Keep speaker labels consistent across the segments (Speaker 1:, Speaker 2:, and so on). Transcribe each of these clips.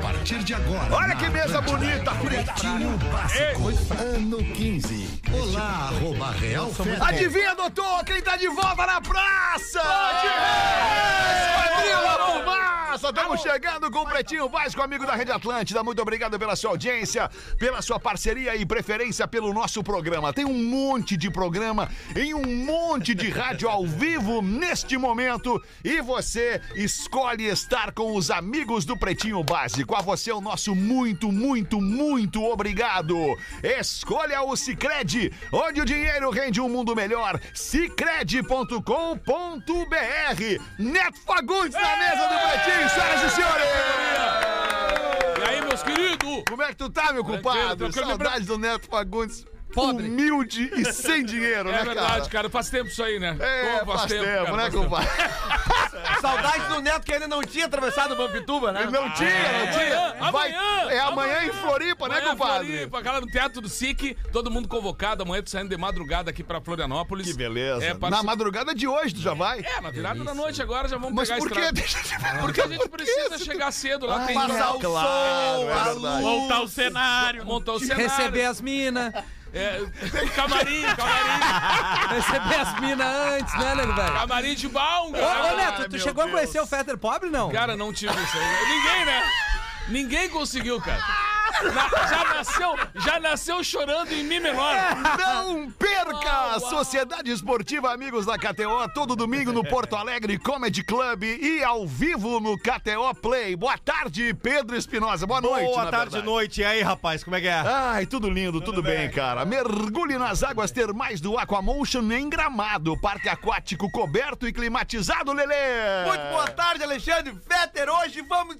Speaker 1: tarde agora.
Speaker 2: Olha que mesa bonita,
Speaker 1: Pretinho Básico, ano 15. Olá, arroba Real Fete.
Speaker 3: Tá
Speaker 2: Adivinha, doutor, quem tá de volta na praça? Quadrilha Fumaça! Estamos chegando com o Pretinho Básico, amigo da Rede Atlântida. Muito obrigado pela sua audiência, pela sua parceria e preferência pelo nosso programa. Tem um monte de programa em um monte de rádio ao vivo neste momento e você escolhe estar com os amigos do Pretinho Básico. A você o nosso muito, muito, muito obrigado. Escolha o Sicredi, onde o dinheiro rende um mundo melhor. Sicredi.com.br. Neto Fagundes na mesa do Pretinho, senhoras e senhores.
Speaker 4: E aí, meus queridos?
Speaker 2: Como é que tu tá, meu
Speaker 4: Tranquilo,
Speaker 2: compadre?
Speaker 4: tranquilo.
Speaker 2: Saudade do Neto Fagundes.
Speaker 4: Pobre.
Speaker 2: Humilde e sem dinheiro, né,
Speaker 4: É verdade, cara. Faz tempo isso aí, né?
Speaker 2: É,
Speaker 4: Pô,
Speaker 2: faz, tempo,
Speaker 4: cara,
Speaker 2: né,
Speaker 4: faz tempo.
Speaker 2: compadre?
Speaker 3: Saudade do Neto que ainda não tinha atravessado o Mampituba, né?
Speaker 2: Não tinha, não
Speaker 4: amanhã,
Speaker 2: tinha.
Speaker 4: amanhã,
Speaker 2: é amanhã,
Speaker 4: amanhã.
Speaker 2: em Floripa, né,
Speaker 4: Amanhã,
Speaker 2: compadre?
Speaker 4: É, Floripa, cara, no Teatro do SIC, todo mundo convocado. Amanhã tu saindo de madrugada aqui pra Florianópolis.
Speaker 2: Que beleza.
Speaker 4: É,
Speaker 2: Na
Speaker 4: particip...
Speaker 2: madrugada de hoje tu já vai?
Speaker 4: é, na virada da noite agora já vamos
Speaker 2: Mas
Speaker 4: pegar
Speaker 2: por
Speaker 4: a
Speaker 2: quê?
Speaker 4: estrada.
Speaker 2: Deixa eu te falar.
Speaker 4: Porque a gente
Speaker 2: Por que
Speaker 4: precisa
Speaker 2: isso? é
Speaker 4: chegar cedo lá. tem
Speaker 3: Passar o
Speaker 2: claro,
Speaker 3: sol,
Speaker 2: é
Speaker 3: a
Speaker 2: verdade.
Speaker 3: luz.
Speaker 5: Montar o cenário.
Speaker 4: montar o
Speaker 2: é
Speaker 4: cenário.
Speaker 6: Receber as minas.
Speaker 4: É, camarim, camarim.
Speaker 6: Receber as minas antes, né, nego, velho?
Speaker 4: Camarim de balão,
Speaker 6: Ô,
Speaker 4: cara.
Speaker 6: ô, Neto, tu
Speaker 2: é meu
Speaker 6: chegou
Speaker 2: Deus.
Speaker 6: a conhecer o Fetter pobre, não?
Speaker 4: Cara, não tive isso aí. Ninguém, né? Ninguém conseguiu, cara. Na- já, nasceu, já nasceu chorando em Mi menor.
Speaker 2: Não perca! Sociedade Esportiva Amigos da KTO, todo domingo no Porto Alegre Comedy Club e ao vivo no KTO Play. Boa tarde, Pedro Espinosa. Boa noite.
Speaker 3: Boa
Speaker 2: na
Speaker 3: tarde,
Speaker 2: verdade.
Speaker 3: noite. E aí, rapaz, como é que é?
Speaker 2: Ai, tudo lindo, tudo, bem, cara. Mergulhe nas águas termais do Aquamotion em Gramado. Parque aquático coberto e climatizado, Lelê.
Speaker 3: Muito boa tarde, Alexandre Vetter. Hoje vamos.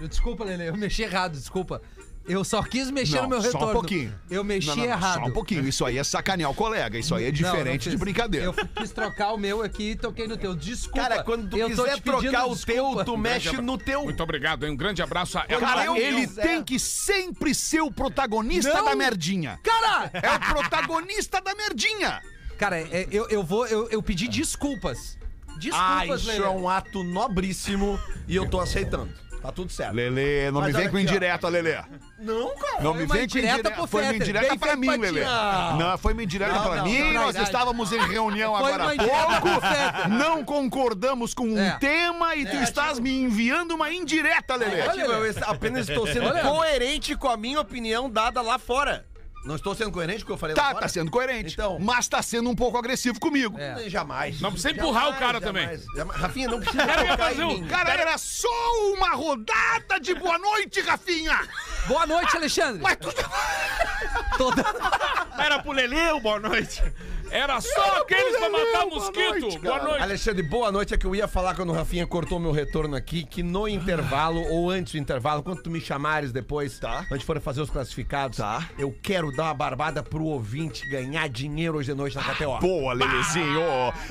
Speaker 6: Desculpa, Lele, eu mexi errado, desculpa. Eu só quis mexer
Speaker 2: Não,
Speaker 6: no meu
Speaker 2: só um
Speaker 6: retorno.
Speaker 2: pouquinho.
Speaker 6: Eu mexi
Speaker 2: Não, não, não,
Speaker 6: errado.
Speaker 2: Só um pouquinho. Isso aí é sacanear o colega. Isso aí é
Speaker 6: Não,
Speaker 2: diferente
Speaker 6: não
Speaker 2: de
Speaker 6: quis.
Speaker 2: brincadeira.
Speaker 6: Eu quis trocar o meu aqui e toquei no teu. Desculpa.
Speaker 3: Cara, quando tu
Speaker 6: eu tô
Speaker 3: quiser
Speaker 6: te pedindo
Speaker 3: trocar o
Speaker 6: desculpa.
Speaker 3: teu, tu mexe no teu.
Speaker 4: Muito obrigado, hein? Um grande abraço a
Speaker 2: Cara,
Speaker 3: eu
Speaker 2: ele
Speaker 3: quiser.
Speaker 2: tem que sempre ser o protagonista
Speaker 6: Não.
Speaker 2: da merdinha.
Speaker 6: Cara!
Speaker 2: É o protagonista da merdinha.
Speaker 6: Cara, é, eu, eu vou. Eu, eu pedi desculpas.
Speaker 3: Ah,
Speaker 6: Desculpas,
Speaker 3: isso
Speaker 6: Lele.
Speaker 3: é um ato nobríssimo e eu tô aceitando. Tá tudo certo.
Speaker 2: Lelê, não
Speaker 3: Mas
Speaker 2: me vem
Speaker 3: olha
Speaker 2: com
Speaker 3: aqui, ó.
Speaker 2: indireta, Lelê.
Speaker 3: Não, cara.
Speaker 2: Não
Speaker 6: Foi
Speaker 2: me
Speaker 6: uma
Speaker 2: vem com
Speaker 6: indireta
Speaker 2: indireta.
Speaker 6: pro
Speaker 2: Foi uma
Speaker 6: Fetter.
Speaker 2: indireta
Speaker 6: Bem
Speaker 2: pra
Speaker 6: feito
Speaker 2: mim,
Speaker 6: pra ti.
Speaker 2: Lelê.
Speaker 6: Não.
Speaker 2: Não, foi uma indireta
Speaker 6: Não,
Speaker 2: pra
Speaker 6: não,
Speaker 2: mim.
Speaker 6: não, não,
Speaker 2: Nós
Speaker 6: não.
Speaker 2: estávamos em reunião
Speaker 6: Foi
Speaker 2: agora
Speaker 6: uma
Speaker 2: há
Speaker 6: indireta
Speaker 2: pouco.
Speaker 6: pro Fetter.
Speaker 2: Não concordamos com um
Speaker 6: É. É.
Speaker 2: tema e tu estás me enviando uma indireta, Lelê.
Speaker 6: Olha,
Speaker 3: Eu es- apenas estou sendo coerente com a minha opinião dada lá fora. Não estou sendo coerente com o que eu falei lá
Speaker 2: Tá,
Speaker 3: fora?
Speaker 2: tá sendo coerente.
Speaker 3: Então.
Speaker 2: Mas tá sendo um pouco agressivo comigo.
Speaker 6: É.
Speaker 3: Jamais.
Speaker 4: Não precisa empurrar o cara
Speaker 3: também. Rafinha, não precisa
Speaker 4: Cara, eu ia
Speaker 3: tocar
Speaker 4: fazer
Speaker 3: em
Speaker 4: um-
Speaker 3: mim.
Speaker 2: Cara, era só uma rodada de boa noite, Rafinha!
Speaker 6: Boa noite, Alexandre.
Speaker 2: Mas tu
Speaker 6: Tô dando-
Speaker 5: Era pro Leleu, boa noite.
Speaker 4: Era só aqueles pra matar
Speaker 2: boa
Speaker 4: mosquito.
Speaker 2: noite,
Speaker 4: Boa
Speaker 2: cara.
Speaker 4: noite.
Speaker 3: Alexandre, boa noite. É que eu ia falar quando o Rafinha cortou meu retorno aqui, que no intervalo, ou antes do intervalo, quando tu me chamares depois,
Speaker 2: Tá.
Speaker 3: quando a gente for fazer os classificados, tá. eu quero dar uma barbada pro ouvinte ganhar dinheiro hoje de noite na KTO.
Speaker 2: Boa, Lelezinho!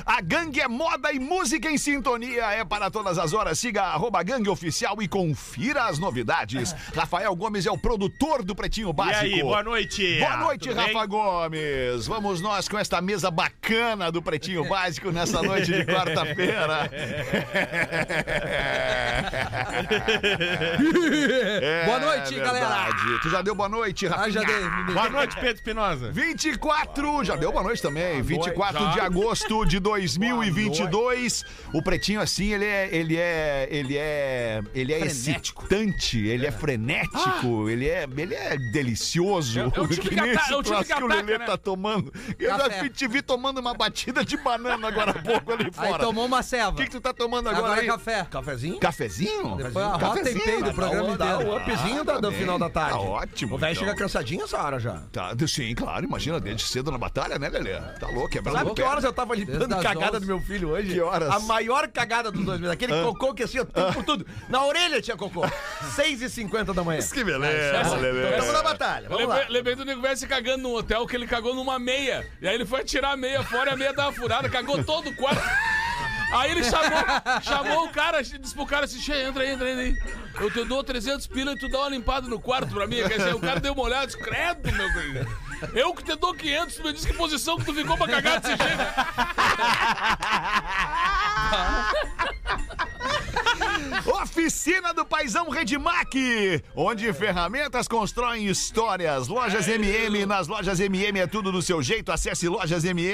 Speaker 2: A gangue é moda e música em sintonia é para todas as horas. Siga a arroba gangue oficial e confira as novidades. Rafael Gomes é o produtor do Pretinho
Speaker 5: E
Speaker 2: Básico.
Speaker 5: aí, boa noite.
Speaker 2: Boa noite,
Speaker 5: Tudo bem?
Speaker 2: Rafa Gomes. Vamos nós com esta mesa bacana do Pretinho Básico nessa noite de quarta-feira. É
Speaker 6: Boa noite, galera.
Speaker 2: verdade. Tu já deu boa noite, Rafa?
Speaker 6: Ah, já dei. me
Speaker 5: Boa noite, Pedro Espinosa.
Speaker 2: 24, já deu boa noite também. 24 de agosto de 2022. O pretinho assim, ele é ele é ele é ele é
Speaker 6: Frenético.
Speaker 2: excitante, ele é frenético, ele é ele é delicioso.
Speaker 4: Ah! É- é o tipo
Speaker 2: que
Speaker 4: que
Speaker 2: nem
Speaker 4: ata-
Speaker 2: esse
Speaker 4: é o tipo
Speaker 2: troço
Speaker 4: que
Speaker 2: que o
Speaker 4: ataca,
Speaker 2: Lelê
Speaker 4: né?
Speaker 2: tá tomando. Eu
Speaker 6: Café.
Speaker 2: já te vi tomando uma batida de banana agora há pouco ali
Speaker 6: Aí
Speaker 2: fora.
Speaker 6: tomou uma
Speaker 2: O
Speaker 6: ceva.
Speaker 2: que, que tu tá tomando agora,
Speaker 6: Agora
Speaker 2: aí?
Speaker 6: café.
Speaker 3: É, Cafezinho?
Speaker 2: Cafezinho?
Speaker 6: Depois a rota
Speaker 2: Cafezinho,
Speaker 6: e peido do
Speaker 2: tá
Speaker 6: programa
Speaker 2: bom,
Speaker 3: um Dá
Speaker 6: inteiro.
Speaker 3: o upzinho
Speaker 2: Ah,
Speaker 3: da-
Speaker 2: tá
Speaker 3: do
Speaker 2: bem.
Speaker 3: final da tarde.
Speaker 2: Tá ótimo,
Speaker 3: O velho
Speaker 2: então.
Speaker 3: chega cansadinho essa hora já.
Speaker 2: Tá, sim, claro, imagina, desde cedo na batalha, né, Lelê? Tá louco, quebrando
Speaker 3: Sabe que
Speaker 2: perna.
Speaker 3: horas eu tava
Speaker 6: Desde
Speaker 3: limpando
Speaker 6: as
Speaker 3: a cagada
Speaker 6: 11.
Speaker 3: do meu filho hoje?
Speaker 2: Que horas?
Speaker 3: A maior cagada dos dois meses. Aquele cocô que assim, eu tenho por tudo. Na orelha tinha cocô. 6h50 da manhã.
Speaker 2: Que beleza,
Speaker 4: Essa-
Speaker 2: Lelê.
Speaker 3: Estamos Então, na batalha.
Speaker 4: Eu
Speaker 3: Vamos
Speaker 4: Lembrei,
Speaker 3: lá.
Speaker 4: lembrei do nego velho se cagando num hotel que ele cagou numa meia. E aí ele foi tirar a meia fora e a meia tava furada, cagou todo o quarto. Aí ele chamou, chamou o cara, disse pro cara assim: "Che, entra aí, entra aí, entra aí. Eu te dou 300 pila e tu dá uma limpada no quarto pra mim. Quer dizer, o cara deu uma olhada, disse: credo, meu querido. Eu que te dou 500, tu me diz que posição que tu ficou pra cagar desse jeito.
Speaker 2: Oficial Oficina do Paizão Redmac, onde ferramentas constroem histórias. Lojas MM, nas lojas MM é tudo do seu jeito. Acesse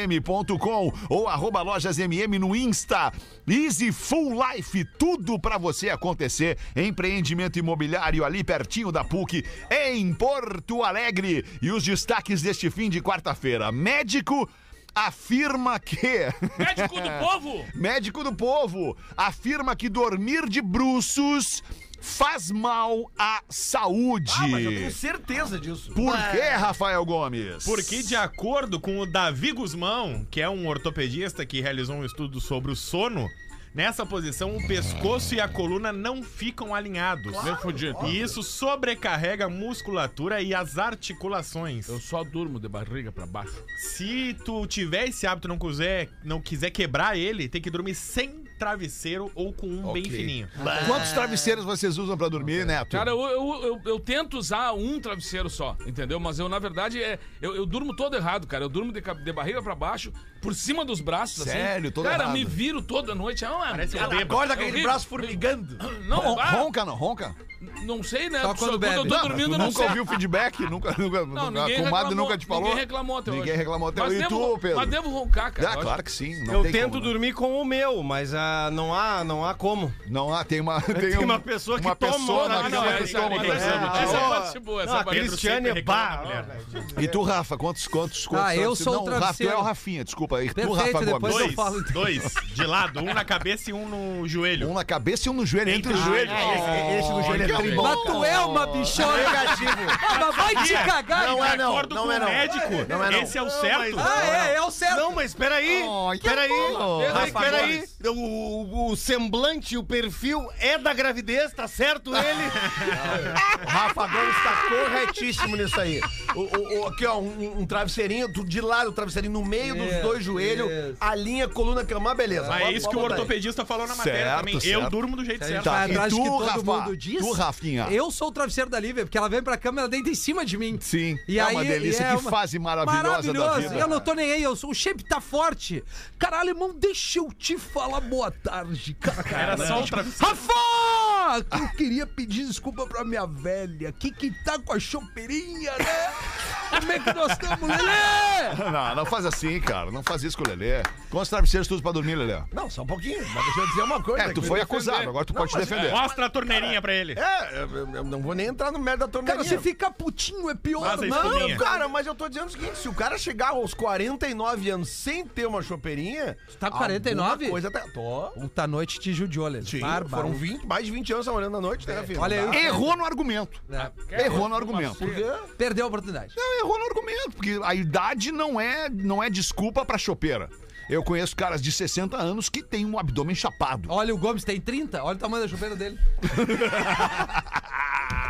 Speaker 2: lojasmm.com ou arroba lojasmm no Insta. Easy Full Life, tudo pra você acontecer. Empreendimento imobiliário ali pertinho da PUC, em Porto Alegre. E os destaques deste fim de quarta-feira. Médico afirma que...
Speaker 4: Médico do povo!
Speaker 2: Médico do povo afirma que dormir de bruços faz mal à saúde.
Speaker 3: Ah, mas eu tenho certeza disso.
Speaker 2: Por que, Rafael Gomes?
Speaker 5: Porque, de acordo com o Davi Guzmão, que é um ortopedista que realizou um estudo sobre o sono, nessa posição o pescoço e a coluna não ficam alinhados.
Speaker 4: Meu fudido.
Speaker 5: E isso sobrecarrega a musculatura e as articulações.
Speaker 4: Eu só durmo de barriga pra baixo.
Speaker 5: Se tu tiver esse hábito e não quiser, não quiser quebrar ele, tem que dormir sem travesseiro ou com um bem fininho.
Speaker 2: Quantos travesseiros vocês usam pra dormir, Neto?
Speaker 4: Cara, eu, eu, eu, eu tento usar um travesseiro só, entendeu? Mas eu, na verdade, é, eu, eu durmo todo errado, cara. Eu durmo de, ca- de barriga pra baixo, por cima dos braços, assim.
Speaker 2: Sério? Todo
Speaker 4: Cara,
Speaker 2: errado.
Speaker 4: me viro toda noite. É uma...
Speaker 5: Parece um
Speaker 4: cara,
Speaker 5: bêbado.
Speaker 3: Acorda com
Speaker 4: é
Speaker 3: aquele
Speaker 4: horrível.
Speaker 3: braço formigando.
Speaker 4: Não,
Speaker 2: Ron-
Speaker 4: ah,
Speaker 2: Ronca não, ronca?
Speaker 4: não sei, né?
Speaker 6: Só
Speaker 4: Só
Speaker 6: quando
Speaker 4: quando eu
Speaker 6: bebe.
Speaker 4: tô
Speaker 2: Não,
Speaker 4: dormindo, eu
Speaker 2: tu
Speaker 4: não
Speaker 2: nunca
Speaker 4: sei.
Speaker 2: ouviu feedback? Nunca, nunca,
Speaker 4: Não,
Speaker 2: nunca
Speaker 4: ninguém
Speaker 2: a comadre
Speaker 4: reclamou,
Speaker 2: nunca te falou?
Speaker 4: Ninguém reclamou até hoje.
Speaker 2: Ninguém reclamou até
Speaker 4: Mas
Speaker 2: hoje. E
Speaker 4: devo-
Speaker 2: tu, Pedro?
Speaker 4: Mas devo roncar, cara.
Speaker 2: Ah,
Speaker 4: Eu
Speaker 2: claro que sim. Não
Speaker 7: Eu
Speaker 2: tem
Speaker 7: tento
Speaker 2: como, né?
Speaker 7: dormir com o meu, mas ah, não, há, não há como.
Speaker 2: Não, ah, tem uma... Tem, um-
Speaker 7: uma pessoa que
Speaker 2: uma
Speaker 7: toma
Speaker 2: pessoa
Speaker 7: outra,
Speaker 2: na
Speaker 4: Ah, não,
Speaker 2: cama
Speaker 4: é,
Speaker 2: que
Speaker 4: essa,
Speaker 2: toma
Speaker 4: essa,
Speaker 2: outra
Speaker 7: Ah,
Speaker 4: essa
Speaker 7: ó.
Speaker 4: parte boa, essa
Speaker 7: Não, a
Speaker 4: parte boa.
Speaker 7: Cristiane
Speaker 5: sempre
Speaker 7: é bah.
Speaker 5: reclama, né?
Speaker 7: ó, velho.
Speaker 2: E tu, Rafa, quantos, quantos, quantos
Speaker 6: Ah, eu
Speaker 2: travesseiros?
Speaker 6: sou o
Speaker 2: Não, Rafa, tu é
Speaker 6: travesseiro.
Speaker 2: o Rafinha, desculpa. E tu,
Speaker 6: Perfeito,
Speaker 2: Rafa Gomes.
Speaker 6: depois eu
Speaker 5: Dois,
Speaker 6: falo, então.
Speaker 5: dois, de lado, um na cabeça e um no joelho.
Speaker 2: Um na cabeça e um no joelho, entre os
Speaker 5: Ah,
Speaker 2: joelhos.
Speaker 5: é, esse- esse do joelho é
Speaker 2: Olha,
Speaker 5: tribom.
Speaker 6: Mas tu é uma bichona. Ah, mas vai te cagar,
Speaker 5: Não
Speaker 6: então.
Speaker 5: é não, acordo
Speaker 7: não
Speaker 5: com
Speaker 7: é
Speaker 5: o
Speaker 7: não.
Speaker 5: médico,
Speaker 7: Não é não.
Speaker 5: esse é o certo.
Speaker 6: Ah, é, é o certo. Oh,
Speaker 7: Não, mas peraí.
Speaker 2: Ai, que
Speaker 7: peraí.
Speaker 2: bom.
Speaker 7: Mas
Speaker 6: Rafa
Speaker 7: peraí.
Speaker 6: Gomes.
Speaker 7: O, o- o semblante, o perfil é da gravidez, tá certo ele?
Speaker 3: Rafa Gomes tá corretíssimo nisso aí. O, o- o- aqui, ó, um, um travesseirinho do- de lado, o travesseirinho no meio dos
Speaker 6: Isso,
Speaker 3: dois joelhos,
Speaker 6: isso.
Speaker 3: a linha coluna cama, beleza.
Speaker 5: Mas é
Speaker 3: Bota-
Speaker 5: isso que o
Speaker 3: bota aí.
Speaker 5: ortopedista falou na matéria
Speaker 2: Certo,
Speaker 5: também.
Speaker 2: certo.
Speaker 5: Eu durmo do jeito
Speaker 6: A gente
Speaker 5: certo.
Speaker 2: Tá,
Speaker 6: vai
Speaker 2: e
Speaker 6: atrás
Speaker 2: tu,
Speaker 6: que todo
Speaker 2: Rafa?
Speaker 6: mundo diz.
Speaker 2: Tu, Rafinha?
Speaker 6: Eu sou o travesseiro da Lívia, porque ela vem pra cama, ela deita em cima de mim.
Speaker 2: Sim.
Speaker 6: E
Speaker 2: é
Speaker 6: aí,
Speaker 2: uma delícia.
Speaker 6: e é
Speaker 2: que
Speaker 6: uma-
Speaker 2: fase maravilhosa da
Speaker 6: Maravilhoso.
Speaker 2: vida.
Speaker 6: Eu não tô nem aí, eu sou, o shape tá forte. Cara, alemão, deixa eu te falar boa tarde. Cara,
Speaker 5: Era só um travesseiro.
Speaker 6: Rafa! Eu queria pedir desculpa pra minha velha. Que que tá com a chompeirinha, né? Como é que nós estamos, Lelê?
Speaker 2: Não, não faz assim, cara. Não faz isso com o Lelê. Quantos travesseiros tu usa pra dormir, Lelê?
Speaker 3: Não, só um pouquinho. Mas deixa eu dizer uma coisa.
Speaker 2: É, tu
Speaker 3: que-
Speaker 2: foi acusado, agora tu pode te defender.
Speaker 5: Mostra a torneirinha pra ele.
Speaker 3: É, eu, eu- eu não vou nem entrar no merda da torneirinha.
Speaker 6: Cara, você ficar putinho é pior,
Speaker 5: Mas é
Speaker 6: não.
Speaker 5: espuminha.
Speaker 3: Cara, mas eu tô dizendo o seguinte, se o cara chegar aos 49 anos sem ter uma chopeirinha...
Speaker 6: Tu tá com 49?
Speaker 3: alguma Coisa tá... Tô.
Speaker 6: Puta noite te judiou, Lelê.
Speaker 3: Sim,
Speaker 6: Bárbaro.
Speaker 3: foram 20, mais de 20 anos trabalhando na noite, né, filho?
Speaker 6: olha aí.
Speaker 3: Não dá.
Speaker 2: Errou no argumento.
Speaker 6: É,
Speaker 2: Errou no argumento.
Speaker 3: Por quê?
Speaker 6: Perdeu a oportunidade.
Speaker 2: Não, errou no argumento, porque a idade não é, não é desculpa pra chopeira. Eu conheço caras de 60 anos que têm um abdômen chapado.
Speaker 6: Olha, o Gomes tem 30, olha o tamanho da chupeira dele.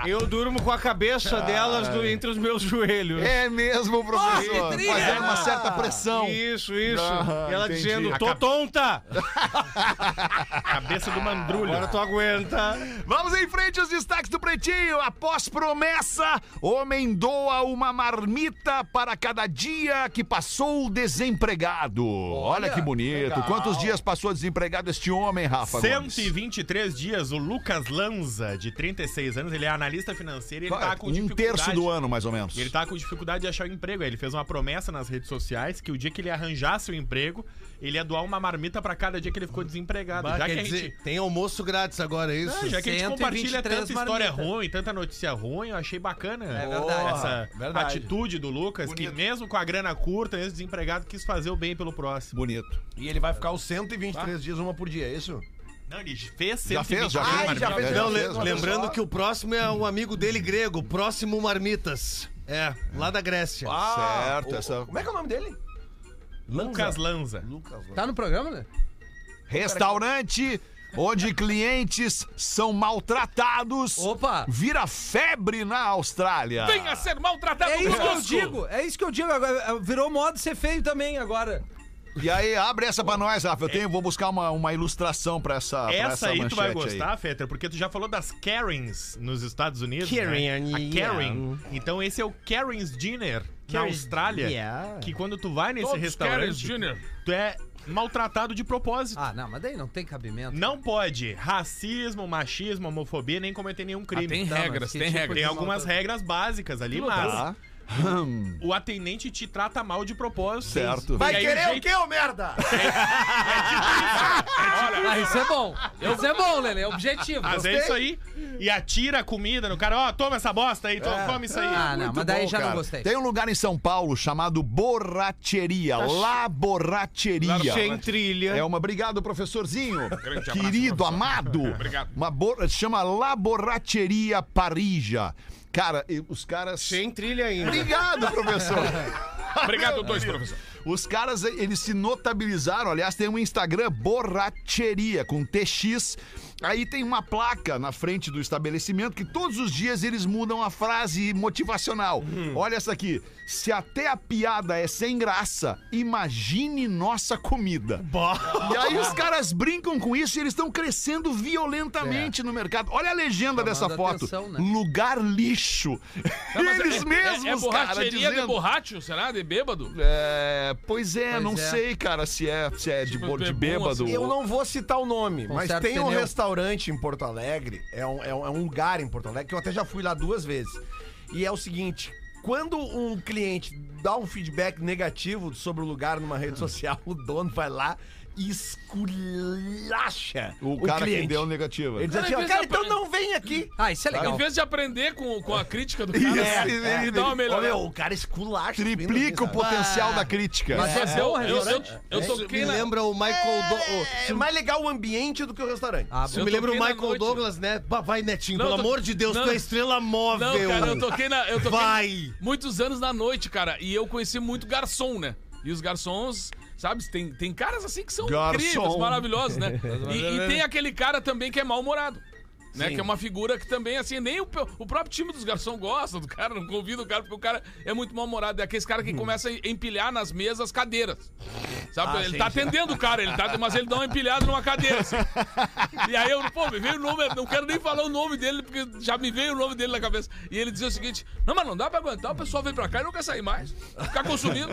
Speaker 7: Eu durmo com a cabeça delas do- entre os meus joelhos.
Speaker 2: É mesmo,
Speaker 6: Nossa,
Speaker 2: professor.
Speaker 6: que trilha!
Speaker 2: Fazendo uma certa pressão.
Speaker 7: Isso, isso.
Speaker 2: Ah,
Speaker 7: e ela
Speaker 2: entendi.
Speaker 7: dizendo, tô tonta.
Speaker 5: Cabeça do mandrulho.
Speaker 7: Agora tu aguenta.
Speaker 2: Vamos em frente os destaques do Pretinho. Após promessa, homem doa uma marmita para cada dia que passou desempregado. Olha, que bonito. Quantos dias passou desempregado este homem, Rafa? Gomes?
Speaker 5: 123 dias, o Lucas Lanza, de 36 anos, ele é analista financeiro e ele tá com
Speaker 2: Um terço do
Speaker 5: dificuldade.
Speaker 2: ano, mais ou menos.
Speaker 5: E Ele tá com dificuldade de achar um emprego. Aí Ele fez uma promessa nas redes sociais que o dia que ele arranjasse o emprego, ele ia doar uma marmita pra cada dia que ele ficou desempregado.
Speaker 7: Bah,
Speaker 5: já
Speaker 7: quer
Speaker 5: que a gente.
Speaker 7: dizer, tem almoço grátis agora, é isso?
Speaker 5: Ah, já que a gente
Speaker 6: 123
Speaker 5: compartilha tanta história
Speaker 6: marmitas.
Speaker 5: ruim, tanta notícia ruim, eu achei bacana
Speaker 6: verdade.
Speaker 5: essa
Speaker 3: Verdade.
Speaker 5: atitude do Lucas, que mesmo com a grana curta, mesmo desempregado, quis fazer o bem pelo próximo.
Speaker 2: Bonito.
Speaker 3: E ele vai ficar os 123 dias, uma por dia, é isso?
Speaker 5: Não, ele fez
Speaker 2: Já fez,
Speaker 5: 120
Speaker 2: já fez.
Speaker 5: mil
Speaker 3: Ai, já
Speaker 5: marmitas.
Speaker 3: fez.
Speaker 7: Não, le-
Speaker 2: fez, mas
Speaker 7: lembrando
Speaker 3: só-
Speaker 7: que o próximo é um amigo dele grego, próximo Marmitas. É, lá da Grécia.
Speaker 2: certo, essa-
Speaker 3: Como é que é o nome dele? Lanza.
Speaker 5: Lucas Lanza.
Speaker 6: Tá no programa, né?
Speaker 2: Restaurante onde clientes são maltratados.
Speaker 6: Opa!
Speaker 2: Vira febre na Austrália.
Speaker 4: Venha ser maltratado
Speaker 6: É isso que eu
Speaker 4: conosco.
Speaker 6: digo, é isso que eu digo. Agora, virou moda ser feio também agora.
Speaker 2: E aí, abre essa pra nós, Rafa. Eu tenho, vou buscar uma, uma ilustração pra essa pra
Speaker 5: Essa aí tu vai
Speaker 2: manchete aí.
Speaker 5: gostar, Fetter, porque tu já falou das Karens nos Estados Unidos.
Speaker 7: Karen,
Speaker 5: né? A Karen.
Speaker 7: yeah.
Speaker 5: Então esse é o Karen's Dinner na
Speaker 7: Karen,
Speaker 5: Austrália.
Speaker 7: yeah.
Speaker 5: Que quando tu vai nesse
Speaker 4: Todos querem
Speaker 5: restaurante,
Speaker 4: Junior.
Speaker 5: tu é maltratado de propósito.
Speaker 8: Ah, não, mas daí não tem cabimento.
Speaker 5: Não pode racismo, machismo, homofobia, nem cometer nenhum crime.
Speaker 4: Ah, tem
Speaker 5: tem
Speaker 8: mas
Speaker 4: regras,
Speaker 8: que
Speaker 4: tem
Speaker 8: tipo
Speaker 4: regras.
Speaker 8: de-
Speaker 5: algumas regras básicas ali,
Speaker 2: Tá,
Speaker 5: mas o atendente te trata mal de propósito.
Speaker 2: Certo.
Speaker 5: E
Speaker 7: Vai
Speaker 5: aí
Speaker 7: querer
Speaker 5: o
Speaker 7: o,
Speaker 5: jeito-
Speaker 7: quê, ô merda?
Speaker 8: Ah, isso é bom. Isso é bom, Lele. É objetivo.
Speaker 5: Às
Speaker 8: Gostei.
Speaker 5: vezes isso aí e atira a comida no cara, ó, toma essa bosta aí, toma, come isso aí.
Speaker 8: Ah, não, mas daí
Speaker 2: bom,
Speaker 8: já
Speaker 2: cara.
Speaker 8: não gostei.
Speaker 2: Tem um lugar em São Paulo chamado Borracheria. La Borracheria.
Speaker 7: Gentrilha.
Speaker 2: É uma. Obrigado, professorzinho.
Speaker 4: Grande abraço,
Speaker 2: Querido,
Speaker 4: professor.
Speaker 2: amado.
Speaker 4: Obrigado.
Speaker 2: Uma bor... Chama La Borracheria Parija. Cara, e os caras.
Speaker 7: Gentrilha ainda.
Speaker 2: Obrigado, professor.
Speaker 4: Obrigado, dois, professor.
Speaker 2: Os caras, eh, eles se notabilizaram. Aliás, tem um Instagram, Borracheria, com TX. Aí tem uma placa na frente do estabelecimento que todos os dias eles mudam a frase motivacional.
Speaker 4: Hum.
Speaker 2: Olha essa aqui. Se até a piada é sem graça, imagine nossa comida. E aí os caras brincam com isso e eles estão crescendo
Speaker 4: É.
Speaker 2: violentamente no mercado. Olha a legenda dessa foto.
Speaker 8: atenção, né?
Speaker 2: Lugar lixo.
Speaker 4: Não, mas é-
Speaker 2: eles mesmos,
Speaker 4: É, é
Speaker 2: cara,
Speaker 4: borracheria de
Speaker 2: dizendo...
Speaker 4: borracho, será? De bêbado?
Speaker 2: É, pois é,
Speaker 8: Pois
Speaker 2: não
Speaker 8: é.
Speaker 2: sei, cara, se é, se é de,
Speaker 4: Tipo,
Speaker 2: bo- de
Speaker 4: é bom,
Speaker 2: bêbado.
Speaker 4: assim.
Speaker 2: ou-
Speaker 3: Eu não vou citar o nome, mas
Speaker 8: Conserta
Speaker 3: tem um
Speaker 8: pneu.
Speaker 3: restaurante em Porto Alegre, é um, é um- é um lugar em Porto Alegre, que eu até já fui lá duas vezes. E é o seguinte: quando um cliente dá um feedback negativo sobre o lugar numa
Speaker 2: Ah.
Speaker 3: rede social, o dono vai lá e esculacha
Speaker 2: O, tá cara
Speaker 3: cliente.
Speaker 2: que deu negativa.
Speaker 3: Ele diz
Speaker 4: Cara,
Speaker 3: assim, ó,
Speaker 4: às vezes
Speaker 3: cara,
Speaker 4: a-
Speaker 3: então não vem aqui.
Speaker 8: Ah, isso é
Speaker 4: Em
Speaker 8: legal.
Speaker 4: vez de aprender com, com a crítica do cara, ele dá uma
Speaker 3: Ô,
Speaker 4: melhor.
Speaker 3: meu, o cara esculacha.
Speaker 2: Triplica o potencial da crítica.
Speaker 8: Mas é,
Speaker 4: Mas
Speaker 8: bom
Speaker 4: eu,
Speaker 8: o
Speaker 4: eu, eu,
Speaker 8: restaurante.
Speaker 4: eu toquei
Speaker 7: É me
Speaker 4: na.
Speaker 7: lembra o Michael Douglas.
Speaker 3: É mais legal o ambiente do que o restaurante.
Speaker 8: Ah,
Speaker 7: Isso
Speaker 8: bom.
Speaker 7: me lembra o
Speaker 4: toquei na
Speaker 7: Michael
Speaker 4: noite.
Speaker 7: Douglas, né? Bah, Vai, Netinho,
Speaker 4: Não,
Speaker 7: pelo
Speaker 4: eu to-
Speaker 7: amor de Deus,
Speaker 4: não.
Speaker 7: tu é estrela móvel.
Speaker 4: Não, cara,
Speaker 3: um.
Speaker 4: eu toquei na. Eu toquei
Speaker 7: Vai!
Speaker 4: muitos anos na noite, cara. E eu conheci muito garçom, né? E os garçons, sabe, tem, tem caras assim que são
Speaker 2: Garçom.
Speaker 4: incríveis, maravilhosos, né? E, e tem aquele cara também que é mal-humorado. Né, que é uma figura que também, assim, nem o, pe- o próprio time dos garçons gosta do cara, não convida o cara, porque o cara é muito mal-humorado. É aquele cara que começa a empilhar nas mesas as cadeiras. Sabe? ele tá atendendo o cara, ele tá, mas ele dá uma empilhada numa cadeira. assim. E aí eu, pô, me veio o nome, eu não quero nem falar o nome dele, porque já me veio o nome dele na cabeça. E ele dizia o seguinte: Não, mas não dá pra aguentar, o pessoal vem pra cá e não quer sair mais. Ficar consumindo.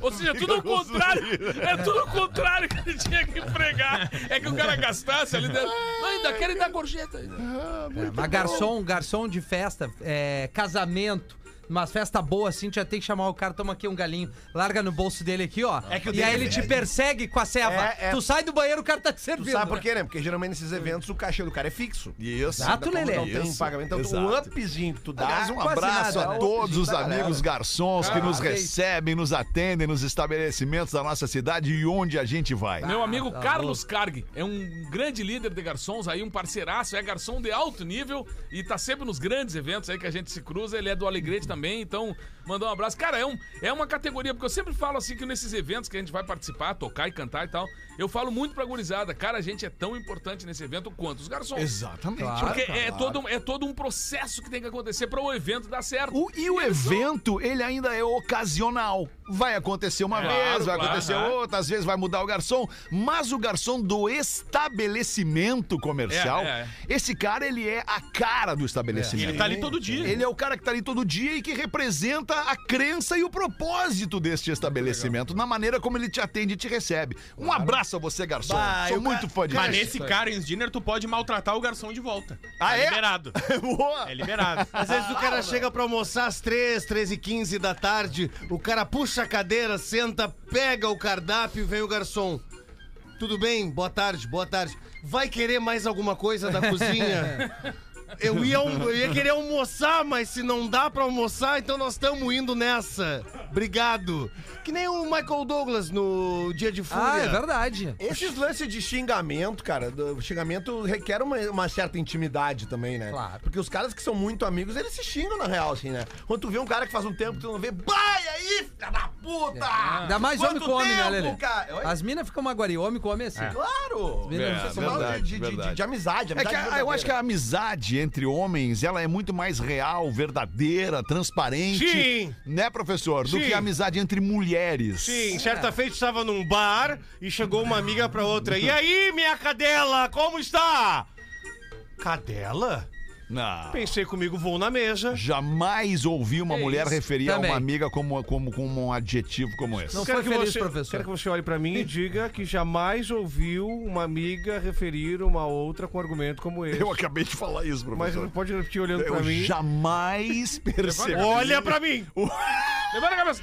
Speaker 4: Ou seja, é tudo ao contrário. É tudo ao contrário que ele tinha que pregar. É que o cara gastasse ali dentro. Não, ainda querem dar gorjeta.
Speaker 8: É, mas garçom, garçom de festa, é, casamento, umas festa boa assim, tu já tem que chamar o cara, toma aqui um galinho, larga no bolso dele aqui, ó. e aí ele te persegue com a ceva.
Speaker 3: É, é.
Speaker 8: Tu sai do banheiro, o cara tá te servindo.
Speaker 3: Tu sabe por quê, né? Porque geralmente nesses eventos o cachê do cara é fixo.
Speaker 2: Isso.
Speaker 8: Exato,
Speaker 3: Como
Speaker 8: Lelê.
Speaker 3: Não tem
Speaker 2: Isso,
Speaker 3: pagamento. Então, o
Speaker 2: exato.
Speaker 3: upzinho que tu dá.
Speaker 2: Aliás, um
Speaker 8: quase
Speaker 2: abraço
Speaker 8: nada,
Speaker 2: a
Speaker 8: né?
Speaker 2: todos os
Speaker 3: Da galera.
Speaker 2: amigos garçons que nos
Speaker 8: é isso.
Speaker 2: recebem, nos atendem nos estabelecimentos da nossa cidade e onde a gente vai.
Speaker 4: Meu amigo
Speaker 8: tá
Speaker 4: Carlos Carg é um grande líder de garçons aí, um parceiraço, é garçom de alto nível e tá sempre nos grandes eventos aí que a gente se cruza. Ele é do Alegrete também, então mandar um abraço. Cara, é, um, é uma categoria, porque eu sempre falo assim que nesses eventos que a gente vai participar, tocar e cantar e tal, eu falo muito pra gurizada, cara, a gente é tão importante nesse evento quanto os garçons.
Speaker 2: Exatamente.
Speaker 4: Porque é, todo, é todo um processo que tem que acontecer pra o evento dar certo.
Speaker 2: O- e o evento, ele ainda é ocasional. Vai acontecer uma
Speaker 4: Claro,
Speaker 2: vez, vai
Speaker 4: claro,
Speaker 2: acontecer
Speaker 4: né?
Speaker 2: outra, às vezes vai mudar o garçom, mas o garçom do estabelecimento comercial,
Speaker 4: É, é,
Speaker 2: esse cara, ele é a cara do estabelecimento.
Speaker 5: Ele tá ali todo dia.
Speaker 2: Ele é o cara que tá ali todo dia e que representa a crença e o propósito deste estabelecimento, na maneira como ele te atende e te recebe. Um abraço a você, garçom.
Speaker 7: Bah,
Speaker 2: Sou
Speaker 7: eu
Speaker 2: muito
Speaker 7: ca-
Speaker 2: fã disso.
Speaker 5: Mas nesse Karen's Dinner, tu pode maltratar o garçom de volta. Tá
Speaker 2: Ah, é?
Speaker 5: liberado.
Speaker 2: Boa.
Speaker 5: É liberado.
Speaker 7: Às vezes o cara chega pra almoçar às 3, 3 e 15 da tarde, o cara puxa a cadeira, senta, pega o cardápio e vem o garçom. Tudo bem? Boa tarde, boa tarde. Vai querer mais alguma coisa da cozinha? Eu ia, almo- eu ia querer almoçar, mas se não dá pra almoçar, então nós estamos indo nessa. Obrigado. Que nem o Michael Douglas no Dia de Fúria.
Speaker 8: Ah, é verdade.
Speaker 3: Esses lances de xingamento, cara, do- xingamento requer uma, uma certa intimidade também, né?
Speaker 8: Claro.
Speaker 3: Porque os caras que são muito amigos, eles se xingam na real, assim, né? Quando tu vê um cara que faz um tempo que tu não vê, vai aí, filha da puta!
Speaker 8: É. Ainda mais homem
Speaker 3: Quanto
Speaker 8: com homem, né,
Speaker 3: tempo,
Speaker 8: Lelê?
Speaker 3: cara? Oi?
Speaker 8: As minas ficam maguari, homem com homem é assim.
Speaker 3: Claro!
Speaker 8: É,
Speaker 3: Vocês são mal de,
Speaker 2: verdade,
Speaker 3: de- de-
Speaker 2: verdade.
Speaker 3: de amizade,
Speaker 2: É
Speaker 3: amizade
Speaker 2: que a- eu acho que a amizade entre homens, ela é muito mais real, verdadeira, transparente.
Speaker 7: Sim.
Speaker 2: Né, professor? Do
Speaker 7: Sim.
Speaker 2: que a amizade entre mulheres.
Speaker 7: Sim, certa feita eu estava num bar e chegou uma amiga pra outra. E aí, minha cadela, como está? Cadela?
Speaker 2: Não.
Speaker 7: Pensei comigo, vou na mesa.
Speaker 2: Jamais ouvi uma mulher referir
Speaker 8: Também.
Speaker 2: a uma amiga como, como, como um adjetivo como esse.
Speaker 8: Não
Speaker 7: Quero
Speaker 8: foi feliz,
Speaker 7: que você- Quero que
Speaker 8: professor.
Speaker 7: você olhe pra mim e diga que jamais ouviu uma amiga referir uma outra com argumento como esse.
Speaker 2: Eu acabei de falar isso,
Speaker 7: Mas você não
Speaker 2: professor.
Speaker 7: pode repetir olhando pra
Speaker 2: Eu
Speaker 7: mim.
Speaker 2: jamais percebi.
Speaker 7: Olha pra mim!
Speaker 4: Levanta a cabeça.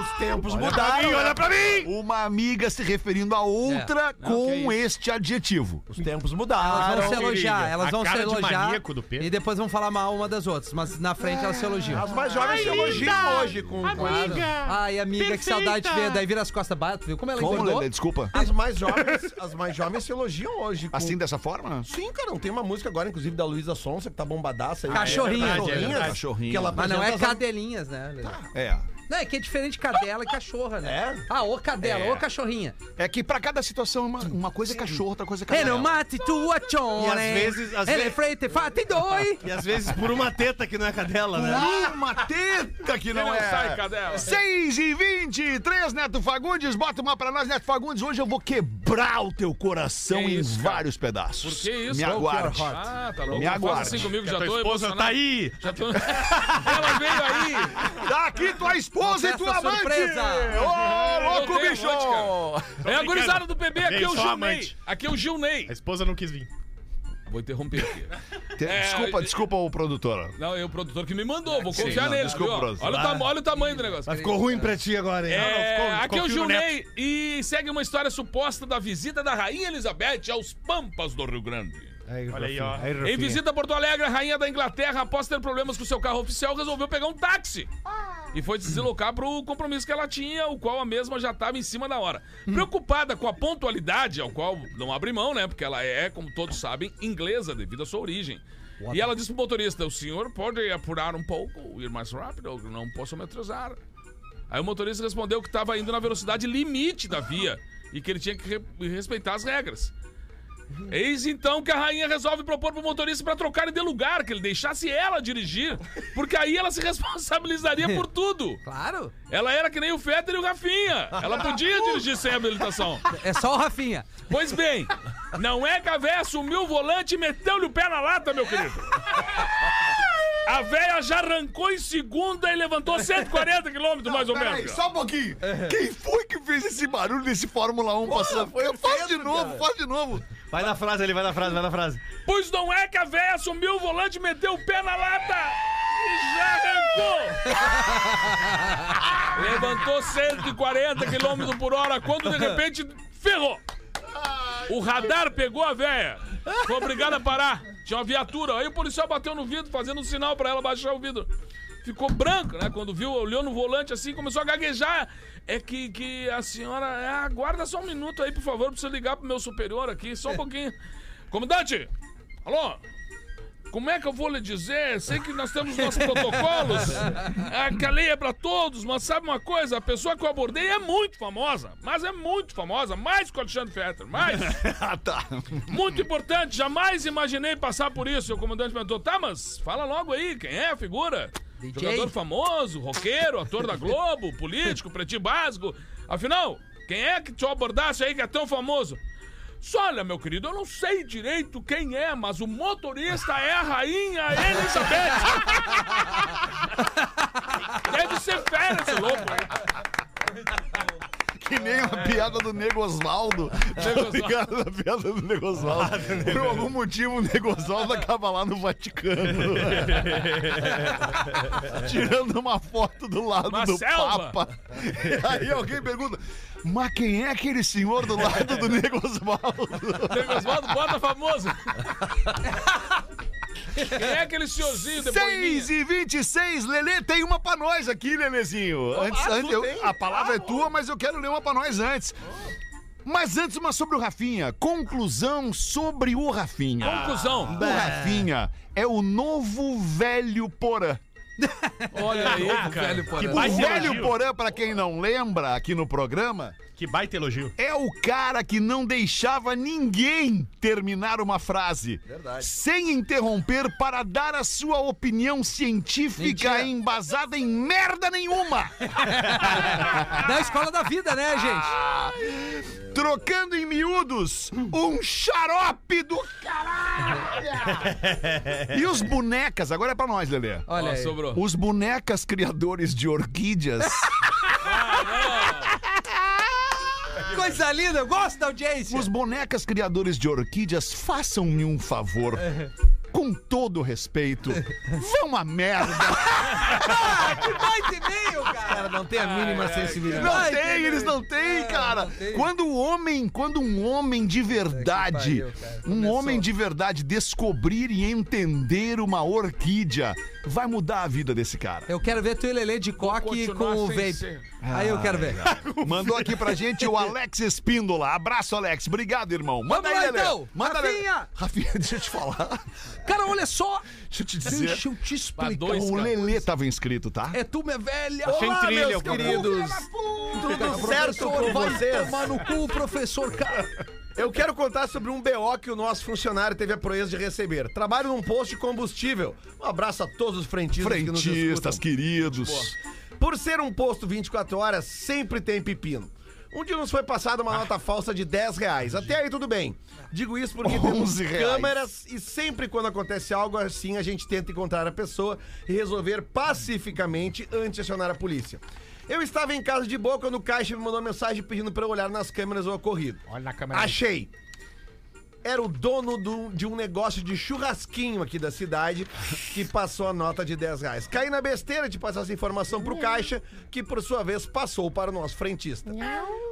Speaker 3: Os tempos
Speaker 2: Olha
Speaker 3: mudaram.
Speaker 2: pra mim, olha
Speaker 3: pra mim!
Speaker 2: Uma amiga se referindo a outra com este adjetivo.
Speaker 3: Os tempos
Speaker 8: Elas vão
Speaker 3: mudaram.
Speaker 8: se elogiar,
Speaker 5: periga.
Speaker 8: elas
Speaker 5: A
Speaker 8: vão se
Speaker 5: cara de
Speaker 8: elogiar
Speaker 5: maníaco do Pedro.
Speaker 8: e depois vão falar mal uma das outras, mas na frente elas se elogiam.
Speaker 3: As mais jovens se elogiam hoje com. com as-
Speaker 8: Ah, Ai, amiga, que saudade de ver. Daí vira as costas, bate, viu como ela
Speaker 2: Como,
Speaker 8: engordou?
Speaker 2: Lelê? Desculpa.
Speaker 3: As mais jovens, as mais jovens se elogiam hoje. com-
Speaker 2: Assim, dessa forma?
Speaker 3: Sim, cara, não tem uma música agora, inclusive, da Luísa Sonsa, que tá bombadaça. aí.
Speaker 8: Cachorrinho.
Speaker 5: é verdade.
Speaker 3: Cachorrinhas, assim.
Speaker 2: Cachorrinho.
Speaker 3: Que ela
Speaker 8: Mas não é
Speaker 3: apresenta as-
Speaker 8: cadelinhas, né? Lelê?
Speaker 2: É.
Speaker 8: Não, é que é diferente cadela e cachorra, né?
Speaker 3: É?
Speaker 8: Ah, ô cadela, ô cachorrinha.
Speaker 2: É que pra cada situação, uma, uma coisa é cachorro, outra coisa é
Speaker 8: E não
Speaker 2: cachorro.
Speaker 8: mate tua chone.
Speaker 7: E às vezes- às
Speaker 8: Ele é
Speaker 7: vezes-
Speaker 8: frente, fate doi.
Speaker 7: E às vezes por uma teta que não é cadela, né?
Speaker 2: Uma teta que não,
Speaker 4: Não
Speaker 2: é.
Speaker 4: sai, cadela.
Speaker 2: 6 e 23, Neto Fagundes, bota uma pra nós, Neto Fagundes. Hoje eu vou quebrar o teu coração
Speaker 4: Que
Speaker 2: em
Speaker 4: isso, cara?
Speaker 2: vários pedaços.
Speaker 4: Por que isso?
Speaker 2: Me
Speaker 4: Qual que é
Speaker 2: aguarde.
Speaker 4: Ah, tá louco.
Speaker 2: Me
Speaker 4: Não faça
Speaker 2: aguarde.
Speaker 4: assim comigo, já
Speaker 5: Tua
Speaker 4: tô
Speaker 5: esposa
Speaker 4: emocionado.
Speaker 5: tá aí.
Speaker 4: Já tô... Ela veio aí.
Speaker 2: Tá aqui tua esposa e
Speaker 4: é
Speaker 8: Festa
Speaker 2: tua amante!
Speaker 8: surpresa.
Speaker 2: Ô,
Speaker 4: Eu
Speaker 2: louco
Speaker 4: odeio
Speaker 2: bicho!
Speaker 4: amante, É a gurizada do PB, aqui
Speaker 5: Veio
Speaker 4: é o
Speaker 5: só
Speaker 4: Gil
Speaker 5: amante.
Speaker 4: Ney. Aqui é o Gil Ney.
Speaker 5: A esposa não quis vir.
Speaker 4: Vou interromper aqui.
Speaker 2: Te-
Speaker 4: é
Speaker 2: Desculpa,
Speaker 4: eu-
Speaker 2: desculpa o produtor.
Speaker 4: Não, é o produtor que me mandou, vou
Speaker 2: Sim,
Speaker 4: confiar
Speaker 2: não,
Speaker 4: nele.
Speaker 2: desculpa,
Speaker 4: viu?
Speaker 2: Bruce.
Speaker 4: olha, o
Speaker 2: Ah.
Speaker 4: tama- olha o tamanho do negócio.
Speaker 7: Mas ficou ruim pra ti agora, hein?
Speaker 4: É,
Speaker 5: ficou- ficou
Speaker 4: aqui eu
Speaker 5: fio no
Speaker 4: Junei e segue uma história suposta da visita da Rainha Elizabeth aos Pampas do Rio Grande.
Speaker 7: Aí,
Speaker 5: Olha aí, ó.
Speaker 4: Em visita a Porto Alegre, a rainha da Inglaterra, após ter problemas com seu carro oficial, resolveu pegar um táxi. E foi se deslocar para o compromisso que ela tinha, o qual a mesma já estava em cima da hora. Preocupada com a pontualidade, ao qual não abre mão, né? Porque ela é, como todos sabem, inglesa devido à sua origem. E ela disse pro motorista: o senhor pode apurar um pouco, ir mais rápido, eu não posso me atrasar. Aí o motorista respondeu que estava indo na velocidade limite da via e que ele tinha que re- respeitar as regras. Eis então que a rainha resolve propor pro motorista pra trocarem de lugar, que ele deixasse ela dirigir, porque aí ela se responsabilizaria por tudo.
Speaker 8: Claro,
Speaker 4: Ela era que nem o Fetter e o Rafinha. Ela podia dirigir sem habilitação.
Speaker 8: é só o Rafinha.
Speaker 4: Pois bem, não é que a véia sumiu o volante e meteu-lhe o pé na lata, meu querido. A véia já arrancou em segunda e levantou 140 quilômetros, mais ou
Speaker 2: Peraí,
Speaker 4: menos.
Speaker 2: só um pouquinho.
Speaker 3: É.
Speaker 2: Quem foi que fez esse barulho nesse Fórmula 1 passando? Eu faço de novo, faz de novo.
Speaker 7: Vai na frase ali, vai na frase, vai na frase.
Speaker 4: Pois não é que a véia sumiu o volante e meteu o pé na lata e já arrancou! Levantou 140 km por hora quando de repente ferrou! O radar pegou a véia. Foi obrigado a parar. Tinha uma viatura. Aí o policial bateu no vidro, fazendo um sinal pra ela baixar o vidro. Ficou branco, né? Quando viu, olhou no volante assim, começou a gaguejar. É que, que a senhora. é, aguarda só um minuto aí, por favor. Preciso ligar pro meu superior aqui, só um pouquinho. Comandante! Alô? Como é que eu vou lhe dizer? Sei que nós temos nossos protocolos, ah, que a lei é pra todos, mas sabe uma coisa? A pessoa que eu abordei é muito famosa, mas é muito famosa, mais que o Alexandre Fetter, mais.
Speaker 2: Ah, tá.
Speaker 4: Muito importante, jamais imaginei passar por isso. O comandante perguntou, tá, mas fala logo aí, quem é a figura? Jogador famoso, roqueiro, ator da Globo, político, pretinho básico. Afinal, quem é que te abordasse aí que é tão famoso? Só, Olha, meu querido, eu não sei direito quem é, mas o motorista é a rainha Elizabeth. Deve ser fera esse louco.
Speaker 2: Que nem a piada do Nego Osvaldo. Tá ligado na piada do Nego Osvaldo? Por algum motivo, o Nego Osvaldo acaba lá no Vaticano. Tirando uma foto do lado
Speaker 4: Uma
Speaker 2: do
Speaker 4: selva.
Speaker 2: Papa. Aí alguém pergunta, mas quem é aquele senhor do lado do Nego Osvaldo?
Speaker 4: Nego Osvaldo bota famoso. Quem é aquele senhorzinho de boininha?
Speaker 2: 6 e 26, Lelê, tem uma pra nós aqui, Lelezinho. Antes, antes, eu- a palavra é tua, mas eu quero ler uma pra nós antes. Mas antes, uma sobre o Rafinha. Conclusão sobre o Rafinha.
Speaker 4: Um Conclusão.
Speaker 2: O Rafinha é o novo velho Porã.
Speaker 4: Olha aí, cara.
Speaker 8: Velho, porra.
Speaker 5: Que
Speaker 2: O
Speaker 5: baita
Speaker 2: velho
Speaker 5: elogio.
Speaker 2: Porã, pra quem não lembra aqui no programa,
Speaker 5: Que baita elogio.
Speaker 2: é o cara que não deixava ninguém terminar uma frase.
Speaker 3: Verdade.
Speaker 2: Sem interromper para dar a sua opinião científica
Speaker 8: Mentira.
Speaker 2: embasada em merda nenhuma.
Speaker 8: Da escola da vida, né, gente?
Speaker 2: Trocando em miúdos, um xarope do caralho! E os bonecas, agora é pra nós, Lelê.
Speaker 8: Olha
Speaker 4: Ó,
Speaker 8: aí.
Speaker 4: sobrou.
Speaker 2: Os bonecas criadores de orquídeas.
Speaker 8: Coisa linda, eu gosto da audiência.
Speaker 2: Os bonecas criadores de orquídeas, façam-me um favor. Com todo respeito, vão a merda.
Speaker 8: Que mais e-mail, cara.
Speaker 3: Não tem a mínima sensibilidade.
Speaker 2: Não
Speaker 8: Ai,
Speaker 2: tem,
Speaker 8: que
Speaker 2: eles não têm,
Speaker 8: É,
Speaker 2: cara.
Speaker 8: não tem.
Speaker 2: Quando o homem, quando um homem de verdade,
Speaker 8: pariu, cara.
Speaker 2: um
Speaker 8: Começou.
Speaker 2: homem de verdade descobrir e entender uma orquídea, vai mudar a vida desse cara.
Speaker 8: Eu quero ver tu e Lelê de coque
Speaker 4: continuar
Speaker 8: com o
Speaker 4: sem
Speaker 8: vape.
Speaker 4: ser.
Speaker 8: Aí eu quero ver.
Speaker 2: Mandou aqui pra gente o Alex Espíndola. Abraço, Alex. Obrigado, irmão. Manda
Speaker 8: Vamos lá,
Speaker 2: aí, Lelê.
Speaker 8: então.
Speaker 2: Manda Lelê.
Speaker 8: Rafinha.
Speaker 2: Rafinha, deixa eu te falar.
Speaker 6: Cara, olha só.
Speaker 2: Deixa eu te dizer.
Speaker 6: Deixa eu te explicar.
Speaker 4: dois,
Speaker 2: O
Speaker 4: cara.
Speaker 2: então, um Lelê tava inscrito, tá?
Speaker 6: É tu, minha velha.
Speaker 5: Achei
Speaker 6: Olá,
Speaker 5: trilha,
Speaker 6: meus
Speaker 5: o programa.
Speaker 6: queridos. Tudo certo com vai
Speaker 3: um vocês?
Speaker 6: tomar no cu, professor, cara.
Speaker 3: Eu quero contar sobre um BO que o nosso funcionário teve a proeza de receber. Trabalho num posto de combustível. Um abraço a todos os frentistas, que nos
Speaker 2: Frentistas,
Speaker 3: escutam.
Speaker 2: queridos.
Speaker 3: Por ser um posto 24 horas, sempre tem pepino. Um dia nos foi passada uma nota falsa de 10 reais. Até aí tudo bem. Digo isso porque
Speaker 2: 11
Speaker 3: temos
Speaker 2: reais.
Speaker 3: câmeras e sempre quando acontece algo assim, a gente tenta encontrar a pessoa e resolver pacificamente antes de acionar a polícia. Eu estava em casa de boa quando o caixa me mandou uma mensagem pedindo para eu olhar nas câmeras o ocorrido. Olha na câmera. Achei era o dono do- de um negócio de churrasquinho aqui da cidade que passou a nota de 10 reais. Caí na besteira de passar essa informação pro caixa, que por sua vez passou para o nosso frentista.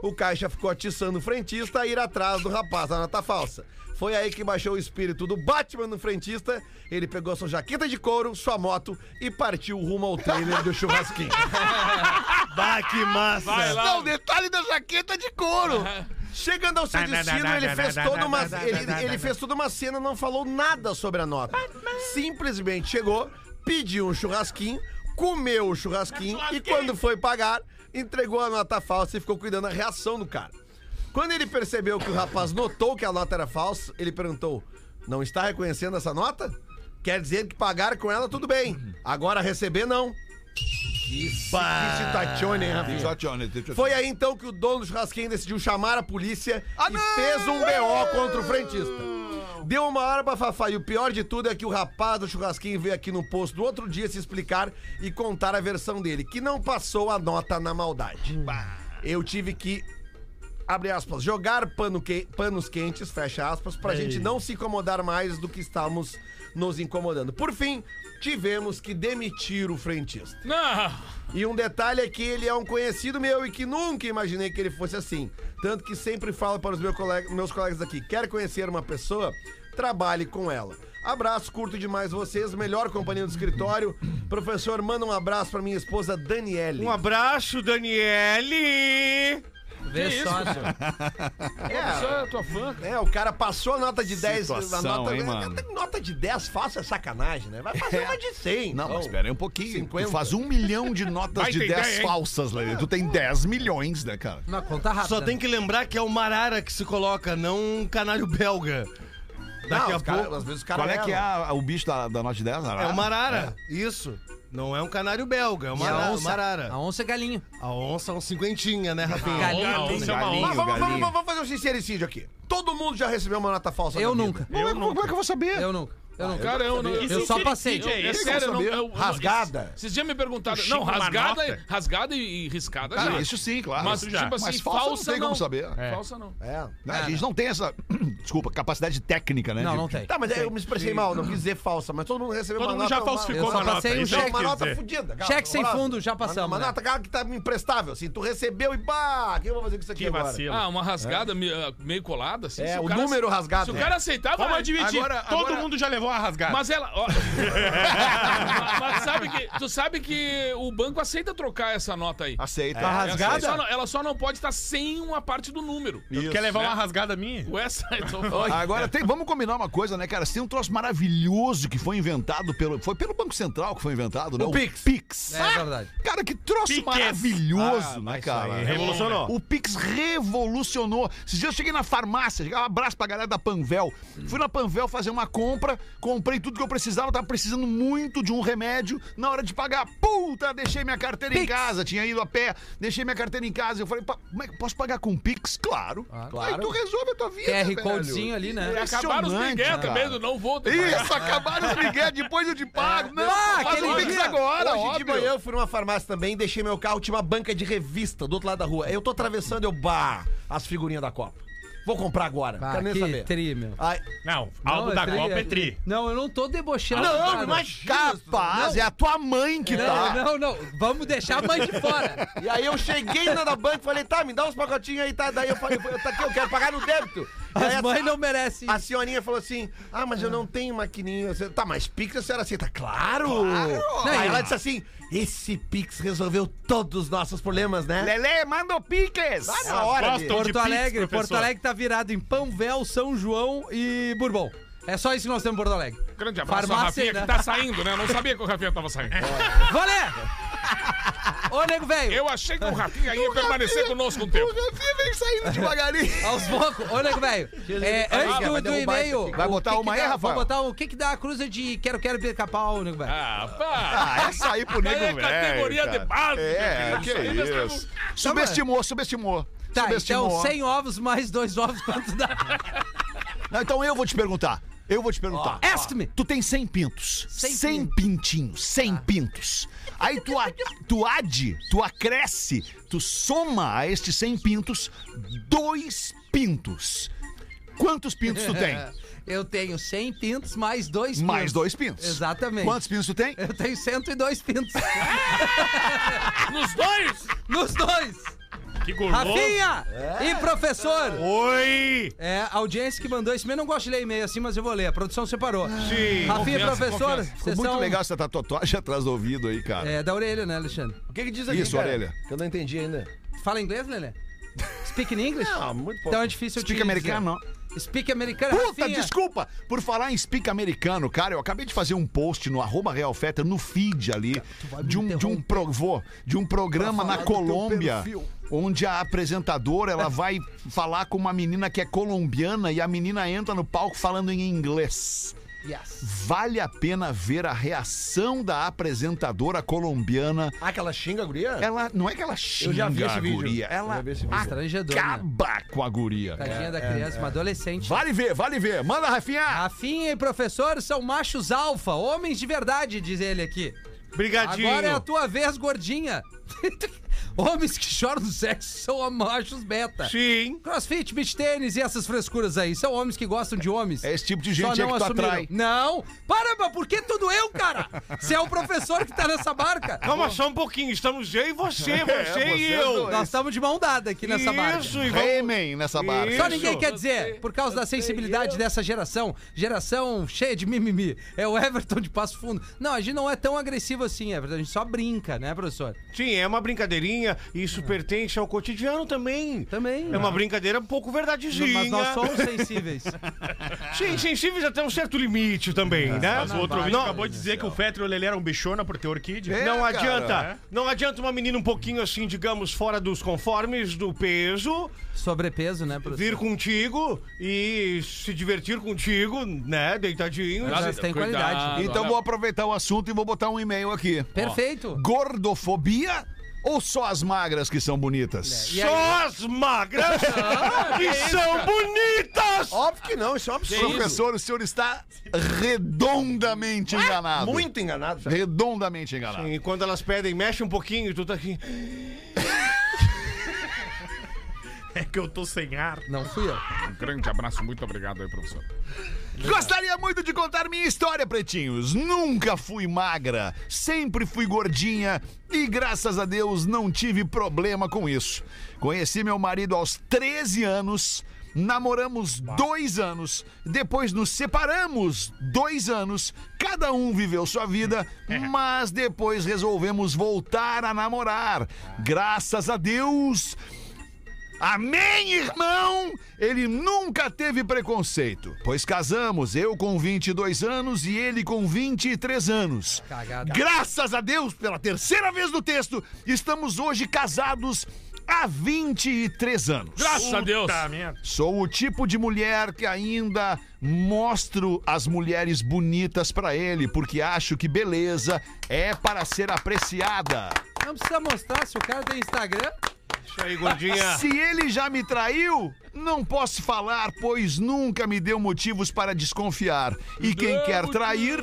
Speaker 3: O caixa ficou atiçando o frentista a ir atrás do rapaz da nota falsa. Foi aí que baixou o espírito do Batman no frentista, ele pegou sua jaqueta de couro, sua moto e partiu rumo ao trailer do churrasquinho.
Speaker 7: Bah, que massa.
Speaker 4: Vai lá.
Speaker 2: o detalhe da jaqueta de couro.
Speaker 3: Chegando ao seu destino, ele fez toda uma, ele, ele fez toda uma cena, não falou nada sobre a nota. Simplesmente chegou, pediu um churrasquinho, comeu o churrasquinho e quando foi pagar, entregou a nota falsa e ficou cuidando da reação do cara. Quando ele percebeu que o rapaz notou que a nota era falsa, ele perguntou: "Não está reconhecendo essa nota? Quer dizer que pagar com ela tudo bem, agora receber não." Isso, isso tatione, hein, Rafinha? É. Foi aí então que o dono do churrasquinho decidiu chamar a polícia e fez um BO contra o frentista. Deu uma hora pra Fafá e o pior de tudo é que o rapaz do churrasquinho veio aqui no posto do outro dia se explicar e contar a versão dele, que não passou a nota na maldade. Eu tive que, abre aspas, jogar pano que- panos quentes, fecha aspas, pra gente não se incomodar mais do que estávamos nos incomodando. Por fim, tivemos que demitir o frentista.
Speaker 4: Não.
Speaker 3: E um detalhe é que ele é um conhecido meu e que nunca imaginei que ele fosse assim. Tanto que sempre falo para os meu colega- meus colegas aqui: quer conhecer uma pessoa? Trabalhe com ela. Abraço, curto demais vocês, melhor companhia do escritório. Professor, manda um abraço para minha esposa Daniele.
Speaker 7: Um abraço, Daniele.
Speaker 8: Vê só, senhor.
Speaker 3: É,
Speaker 4: é tua fã.
Speaker 3: é, o cara passou a nota de 10.
Speaker 2: Situação,
Speaker 3: a nota,
Speaker 2: hein,
Speaker 3: é,
Speaker 2: mano? É.
Speaker 3: nota de 10 fácil é sacanagem, né? Vai fazer uma de 100.
Speaker 2: Não,
Speaker 3: então.
Speaker 2: mas espera aí um pouquinho.
Speaker 3: 50.
Speaker 2: Tu faz um milhão de notas
Speaker 5: Vai
Speaker 2: de
Speaker 5: ter
Speaker 2: 10
Speaker 5: ideia, hein?
Speaker 2: falsas, Lelê. Tu tem 10 milhões, né, cara?
Speaker 8: Uma conta né? rápida.
Speaker 7: Só tem que lembrar que é uma arara que se coloca, não um canalho belga. Daqui
Speaker 3: Não,
Speaker 7: a
Speaker 3: os cara-
Speaker 7: pouco.
Speaker 3: às vezes o cara
Speaker 2: Qual é que é
Speaker 3: erra.
Speaker 2: a- o bicho da, da nota de 10?
Speaker 7: É uma arara. Isso. Não é um canário belga, é uma,
Speaker 8: E a
Speaker 7: arara,
Speaker 8: onça-
Speaker 7: uma arara.
Speaker 8: A onça é galinho.
Speaker 7: A onça é um cinquentinha, né, Rafinha?
Speaker 8: Galinho.
Speaker 5: Não, isso é uma
Speaker 3: Mas vamos,
Speaker 5: honra.
Speaker 3: vamos,
Speaker 2: galinho.
Speaker 3: vamos, vamos fazer um sincericídio aqui. Todo mundo já recebeu uma nota falsa
Speaker 8: Eu
Speaker 3: na vida.
Speaker 8: nunca.
Speaker 2: Eu não- como é que eu vou saber?
Speaker 8: Eu nunca. Eu nunca.
Speaker 4: Cara, eu não.
Speaker 8: Eu só passei.
Speaker 5: É
Speaker 4: É
Speaker 5: isso?
Speaker 4: sério, eu não, eu- eu-
Speaker 3: Rasgada.
Speaker 4: Esses dias me perguntaram.
Speaker 5: Chico
Speaker 4: Não, rasgada,
Speaker 5: Manota.
Speaker 4: rasgada e, e riscada
Speaker 2: Cara,
Speaker 4: já.
Speaker 2: isso sim, claro.
Speaker 4: Mas,
Speaker 5: isso já.
Speaker 4: tipo assim,
Speaker 2: Mas falsa
Speaker 4: falsa,
Speaker 2: não tem como saber.
Speaker 4: Falsa não.
Speaker 3: É.
Speaker 2: Né, a gente não tem essa, desculpa, capacidade técnica, né?
Speaker 8: Não,
Speaker 2: de-
Speaker 8: não tem.
Speaker 3: Tá, mas eu me expressei mal, não quis dizer falsa, mas todo mundo recebeu
Speaker 5: Todo
Speaker 3: uma
Speaker 5: mundo
Speaker 3: nota.
Speaker 5: já falsificou
Speaker 8: eu só
Speaker 5: uma nota.
Speaker 8: passei um
Speaker 5: isso
Speaker 3: Uma,
Speaker 5: eu
Speaker 3: não,
Speaker 8: cheque.
Speaker 3: uma
Speaker 5: quis
Speaker 3: nota
Speaker 5: dizer.
Speaker 3: fudida. cara,
Speaker 8: Cheque sem
Speaker 3: horrorosa.
Speaker 8: fundo, já
Speaker 3: Uma-
Speaker 8: passamos,
Speaker 3: Uma,
Speaker 8: né?
Speaker 3: nota cara, que tá imprestável, assim. Tu recebeu e pá, o que eu vou fazer com isso aqui
Speaker 5: Que
Speaker 3: agora?
Speaker 5: vacilo.
Speaker 4: Ah, uma rasgada me- ah, meio colada, assim.
Speaker 3: É,
Speaker 4: se
Speaker 3: o
Speaker 4: cara-
Speaker 3: número rasgado.
Speaker 4: Se o é.
Speaker 3: né?
Speaker 4: cara aceitava,
Speaker 5: Vamos
Speaker 4: eu-
Speaker 5: admitir,
Speaker 2: Agora-
Speaker 5: todo
Speaker 2: agora-
Speaker 5: mundo já levou a rasgada.
Speaker 4: Mas ela. ó. mas, mas sabe que. Tu sabe que o banco aceita trocar essa nota aí.
Speaker 2: Aceita.
Speaker 4: Ela
Speaker 2: Aceita.
Speaker 4: só não- ela só não pode estar sem uma parte do número.
Speaker 5: Tu
Speaker 2: Isso,
Speaker 5: quer levar
Speaker 2: né?
Speaker 5: uma rasgada minha?
Speaker 4: O essa então, eu tô
Speaker 2: Agora tem- vamos combinar uma coisa, né, cara? Tem um troço maravilhoso que foi inventado pelo. Foi pelo Banco Central que foi inventado, né? O, Pix.
Speaker 8: É
Speaker 2: Ah,
Speaker 8: verdade.
Speaker 2: Cara, que troço
Speaker 5: Pix.
Speaker 2: maravilhoso,
Speaker 5: Ah,
Speaker 2: né, cara?
Speaker 5: Revolucionou.
Speaker 2: O Pix revolucionou. Esses dias eu cheguei na farmácia, cheguei, um abraço pra galera da Panvel. Fui na Panvel fazer uma compra, comprei tudo que eu precisava, tava precisando muito de um remédio. Na hora de pagar, puta, deixei minha carteira em casa, tinha ido a pé, deixei minha carteira em casa. Eu falei, "Pa- como é que eu posso pagar com Pix? Claro. Aí tu resolve a tua vida,
Speaker 8: QR
Speaker 2: velho.
Speaker 8: Codezinho ali, né?
Speaker 2: É,
Speaker 4: Acabaram os
Speaker 2: Impressionante,
Speaker 4: migué
Speaker 2: cara.
Speaker 4: também do não vou ter que
Speaker 2: Isso, acabaram os migué, depois eu te pago. Não,
Speaker 8: Ah,
Speaker 2: faz o
Speaker 8: aquele
Speaker 2: Pix
Speaker 8: dia,
Speaker 2: agora,
Speaker 3: Hoje
Speaker 2: óbvio.
Speaker 3: de manhã eu fui numa farmácia também, deixei meu carro, tinha uma banca de revista do outro lado da rua. Eu tô atravessando, eu, bah, as figurinhas da Copa. Vou comprar agora,
Speaker 8: Ah,
Speaker 3: quero nem
Speaker 8: que
Speaker 3: saber.
Speaker 8: tri, meu.
Speaker 3: Ai,
Speaker 5: Não, algo
Speaker 8: Não,
Speaker 5: da
Speaker 8: tri,
Speaker 5: Copa é tri.
Speaker 8: Não, eu não tô debochando. cara.
Speaker 2: Capaz, é a tua mãe que tá.
Speaker 8: Não, não, não. Vamos deixar a mãe de fora.
Speaker 3: E aí eu cheguei na da banca e falei, tá, me dá uns pacotinhos aí, tá? Daí eu falei, tá aqui, eu quero pagar no débito. Daí
Speaker 8: As
Speaker 3: a-
Speaker 8: mães não merecem.
Speaker 3: A senhorinha falou assim: Ah, mas eu não tenho maquininha. Eu disse, tá, mas Pix a senhora aceita? Claro! Aí ela disse assim: Esse Pix resolveu todos os nossos problemas, né?
Speaker 2: Lele, manda o Pix.
Speaker 3: na hora.
Speaker 5: Gostam de
Speaker 8: Porto
Speaker 5: Pix,
Speaker 8: Alegre, Porto
Speaker 5: professor.
Speaker 8: Alegre tá virado em Panvel, São João e Bourbon. É só isso que nós temos em Porto Alegre.
Speaker 4: Grande abraço ao
Speaker 8: Farmácia,
Speaker 4: Rafinha
Speaker 8: né?
Speaker 4: que tá saindo, né? Eu não sabia que o Rafinha tava saindo.
Speaker 8: Valé! Ô, nego velho!
Speaker 4: Eu achei que o Rafinha ia permanecer conosco um
Speaker 2: O
Speaker 4: tempo.
Speaker 2: Rafinha vem saindo devagarinho.
Speaker 8: Aos poucos, ô, nego velho! É, antes do, do e-mail.
Speaker 2: Vai
Speaker 8: o
Speaker 2: botar
Speaker 8: que que
Speaker 2: uma aí,
Speaker 8: dá-
Speaker 2: Rafael?
Speaker 8: Vou botar um, o que que dá a cruza de quero, quero, pica pau, nego velho.
Speaker 4: Ah, pá.
Speaker 2: Ah, essa aí pro nego
Speaker 4: Aí é
Speaker 2: velho,
Speaker 4: categoria
Speaker 2: cara.
Speaker 4: de base,
Speaker 2: É,
Speaker 4: né,
Speaker 2: que
Speaker 4: cara? Isso aí nós
Speaker 2: isso. Subestimou, subestimou.
Speaker 8: Tá,
Speaker 2: subestimou.
Speaker 8: então 100 ovos mais dois ovos, quanto dá?
Speaker 2: Não, então eu vou te perguntar. Eu vou te perguntar.
Speaker 8: Ask-me.
Speaker 2: Tu tem 100 pintos. 100,
Speaker 8: 100
Speaker 2: pintinhos. 100
Speaker 8: Tá.
Speaker 2: pintos. Aí tu, a- tu ade, tu acresce, tu soma a estes 100 pintos dois pintos. Quantos pintos tu tem?
Speaker 8: Eu tenho 100 pintos mais dois pintos.
Speaker 2: Mais dois pintos.
Speaker 8: Exatamente.
Speaker 2: Quantos pintos tu tem?
Speaker 8: Eu tenho 102 pintos.
Speaker 4: Nos dois!
Speaker 8: Nos dois!
Speaker 5: Que guloso.
Speaker 8: Rafinha! E professor!
Speaker 5: Oi!
Speaker 8: É, a audiência que mandou esse e-mail, não gosto de ler e-mail assim, mas eu vou ler. A produção separou.
Speaker 5: Sim.
Speaker 8: Rafinha,
Speaker 4: confiança,
Speaker 8: professor,
Speaker 4: confiança.
Speaker 8: vocês
Speaker 2: Muito
Speaker 8: são-
Speaker 2: legal essa tatuagem atrás do ouvido aí, cara.
Speaker 8: É, da orelha, né, Alexandre?
Speaker 3: O que, que diz aqui?
Speaker 2: Isso,
Speaker 3: cara?
Speaker 2: orelha.
Speaker 3: Que eu não entendi ainda.
Speaker 8: Fala inglês, Lelê? Speak in English?
Speaker 3: Não, muito pouco.
Speaker 8: Então é difícil eu te
Speaker 2: Speak
Speaker 8: dizer.
Speaker 2: americano.
Speaker 8: Speak americano.
Speaker 2: Puta,
Speaker 6: é.
Speaker 8: Rafinha.
Speaker 2: desculpa! Por falar em speak americano, cara, eu acabei de fazer um post no arroba Real Feta, no feed ali,
Speaker 8: vai me
Speaker 2: de um, de um,
Speaker 8: interromper.
Speaker 2: pro- vou, de um programa na
Speaker 6: falar do teu
Speaker 2: Colômbia,
Speaker 6: perfil.
Speaker 2: onde a apresentadora, ela vai falar com uma menina que é colombiana e a menina entra no palco falando em inglês.
Speaker 8: Yes.
Speaker 2: Vale a pena ver a reação da apresentadora colombiana.
Speaker 3: Ah, aquela xinga, guria?
Speaker 2: Ela, não é que ela xinga
Speaker 3: já vi esse
Speaker 2: a
Speaker 3: vídeo.
Speaker 2: guria,
Speaker 3: Eu já
Speaker 2: ela
Speaker 3: vi esse vídeo. É.
Speaker 8: Estrangedor, né?
Speaker 2: acaba com a guria.
Speaker 8: Tadinha da criança, uma adolescente.
Speaker 2: Vale ver, vale ver. Manda, Rafinha!
Speaker 8: Rafinha e professor são machos alfa, homens de verdade, diz ele aqui.
Speaker 5: Brigadinho.
Speaker 8: Agora é a tua vez, gordinha. homens que choram do sexo são machos beta.
Speaker 5: Sim.
Speaker 8: Crossfit, beach tênis e essas frescuras aí. São homens que gostam de homens.
Speaker 2: É esse tipo de
Speaker 8: Só
Speaker 2: gente aí
Speaker 8: não
Speaker 2: que tu
Speaker 8: assumiram.
Speaker 2: atrai.
Speaker 8: Não! Para, mas por que tudo eu, cara? Você é o professor que tá nessa barca.
Speaker 7: Calma só um pouquinho, estamos eu e você, você, e
Speaker 2: vocês
Speaker 7: eu.
Speaker 2: dois.
Speaker 8: Nós estamos de mão dada aqui nessa barca.
Speaker 7: Isso, e vamos...
Speaker 2: Remem nessa barca.
Speaker 8: Só
Speaker 7: Isso.
Speaker 8: ninguém quer dizer, por causa da sensibilidade dessa geração, geração cheia de mimimi. É o Everton de Passo Fundo. Não, a gente não é tão agressivo assim, Everton. A gente só brinca, né, professor?
Speaker 7: Sim, é uma brincadeirinha, isso pertence ao cotidiano também.
Speaker 8: Também.
Speaker 7: É uma brincadeira um pouco verdadezinha.
Speaker 8: Mas nós somos sensíveis.
Speaker 7: Sim, sensíveis até um certo limite também, né?
Speaker 5: Mas o outro
Speaker 7: não,
Speaker 5: vídeo acabou de dizer que o Fetter e o Lelê eram um bichona por ter orquídea.
Speaker 2: É,
Speaker 7: não
Speaker 2: cara,
Speaker 7: adianta.
Speaker 2: né?
Speaker 7: Não adianta uma menina um pouquinho assim, digamos, fora dos conformes, do peso,
Speaker 8: Sobrepeso, né, professor?
Speaker 7: vir contigo e se divertir contigo, né? Deitadinho.
Speaker 8: Elas têm qualidade.
Speaker 2: Então
Speaker 4: né?
Speaker 2: vou aproveitar o assunto e vou botar um e-mail aqui.
Speaker 8: Perfeito.
Speaker 2: Gordofobia ou só as magras que são
Speaker 3: É,
Speaker 2: bonitas?
Speaker 8: E aí?
Speaker 7: Só as magras que são bonitas!
Speaker 3: Óbvio que não, isso é um absurdo.
Speaker 2: Professor, o senhor está redondamente enganado.
Speaker 3: Muito enganado. velho.
Speaker 2: Redondamente enganado.
Speaker 7: E quando elas pedem, mexe um pouquinho, tu tá aqui.
Speaker 5: É que eu tô sem ar.
Speaker 8: Não fui eu.
Speaker 4: Um grande abraço, muito obrigado aí, professor.
Speaker 2: Gostaria muito de contar minha história, pretinhos. Nunca fui magra, sempre fui gordinha e graças a Deus não tive problema com isso. Conheci meu marido aos 13 anos, namoramos dois anos, depois nos separamos dois anos, cada um viveu sua vida, mas depois resolvemos voltar a namorar. Graças a Deus. Amém, irmão! Ele nunca teve preconceito, pois casamos, eu com 22 anos e ele com 23 anos.
Speaker 8: Cagada.
Speaker 2: Graças a Deus, pela terceira vez no texto, estamos hoje casados há 23 anos.
Speaker 4: Graças a Deus.
Speaker 5: Tá,
Speaker 2: Sou o tipo de mulher que ainda mostro as mulheres bonitas pra ele, porque acho que beleza é para ser apreciada.
Speaker 8: Não precisa mostrar se o cara tem Instagram.
Speaker 7: Isso aí, gordinha.
Speaker 2: Se ele já me traiu, não posso falar, pois nunca me deu motivos para desconfiar. E quem quer trair,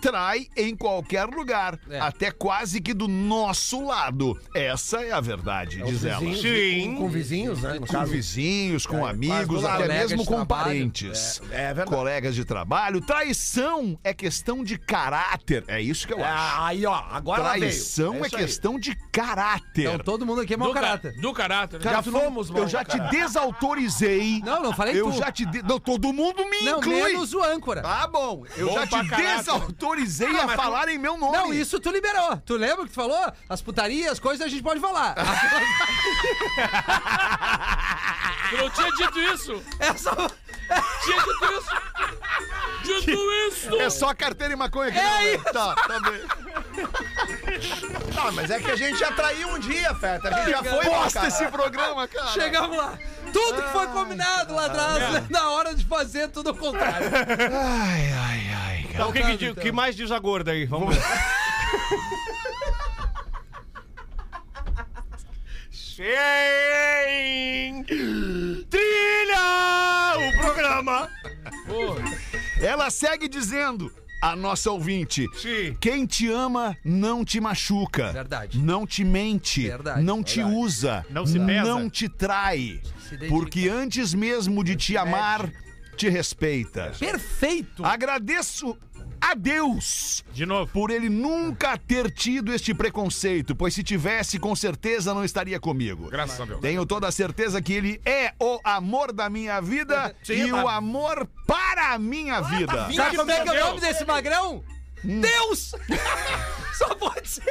Speaker 2: trai em qualquer lugar,
Speaker 8: É.
Speaker 2: até quase que do nosso lado. Essa é a verdade, diz ela.
Speaker 3: Vizinhos,
Speaker 7: Sim.
Speaker 3: Com, com vizinhos, né? No
Speaker 8: Então,
Speaker 2: Com
Speaker 3: caso.
Speaker 2: vizinhos, com
Speaker 3: mas
Speaker 2: amigos,
Speaker 3: do
Speaker 2: até
Speaker 8: colega
Speaker 2: mesmo
Speaker 8: de
Speaker 2: com
Speaker 8: trabalho.
Speaker 2: parentes,
Speaker 3: É, é verdade.
Speaker 2: colegas de trabalho. Traição é questão de caráter. É isso que eu acho.
Speaker 3: Ah, aí, ó, agora ela veio.
Speaker 2: Traição é,
Speaker 3: isso aí.
Speaker 2: questão de caráter.
Speaker 8: Então todo mundo aqui é mau
Speaker 4: Do, ca-
Speaker 8: caráter.
Speaker 4: do caráter. né?
Speaker 3: Já
Speaker 2: Cara, tu não-
Speaker 3: fomos,
Speaker 2: Eu
Speaker 3: mal
Speaker 2: já te
Speaker 3: caráter.
Speaker 2: desautorizei.
Speaker 8: Não, não falei
Speaker 2: Eu
Speaker 8: tu.
Speaker 2: já te. De... Não, todo mundo me
Speaker 8: Não,
Speaker 2: inclui.
Speaker 8: menos o âncora.
Speaker 2: Tá bom. Eu
Speaker 4: Bom
Speaker 2: já
Speaker 4: pra
Speaker 2: te
Speaker 4: caraca.
Speaker 2: desautorizei a falar em meu nome.
Speaker 8: Não, isso tu liberou. Tu lembra que tu falou? As putarias, as coisas a gente pode falar.
Speaker 4: Tu não tinha dito isso.
Speaker 8: Essa...
Speaker 4: Tinha dito isso. Dito isso.
Speaker 2: É só carteira e maconha que
Speaker 8: É
Speaker 2: não, né?
Speaker 8: isso.
Speaker 2: Tá, tá bem.
Speaker 3: Tá, mas é que a gente já traiu um dia, Feta. A gente já
Speaker 8: Tá
Speaker 3: foi mal
Speaker 2: Posta
Speaker 3: caráter.
Speaker 2: esse programa, cara.
Speaker 8: Chegamos lá. Tudo que foi combinado lá atrás, né? na hora de fazer, tudo ao contrário.
Speaker 2: Ai, ai, ai, cara.
Speaker 7: Então, o que, que, di- que mais diz a gorda aí? Vamos ver. Cheio! Trilha! O programa!
Speaker 2: Ela segue dizendo. A nossa ouvinte.
Speaker 7: Sim.
Speaker 2: Quem te ama não te machuca.
Speaker 8: Verdade.
Speaker 2: Não te mente.
Speaker 8: Verdade.
Speaker 2: Não te usa.
Speaker 5: Não se pesa.
Speaker 2: Não te trai.
Speaker 8: Se dedica.
Speaker 2: Porque antes mesmo de te amar, te respeita.
Speaker 8: Perfeito.
Speaker 2: Agradeço a Deus
Speaker 5: De novo.
Speaker 2: por ele nunca ter tido este preconceito, pois se tivesse, com certeza não estaria comigo.
Speaker 5: Graças a Deus.
Speaker 2: Tenho toda a certeza que ele é o amor da minha vida e o amor para a minha vida.
Speaker 8: Sabe como é que é o nome desse magrão? Deus! Só pode ser.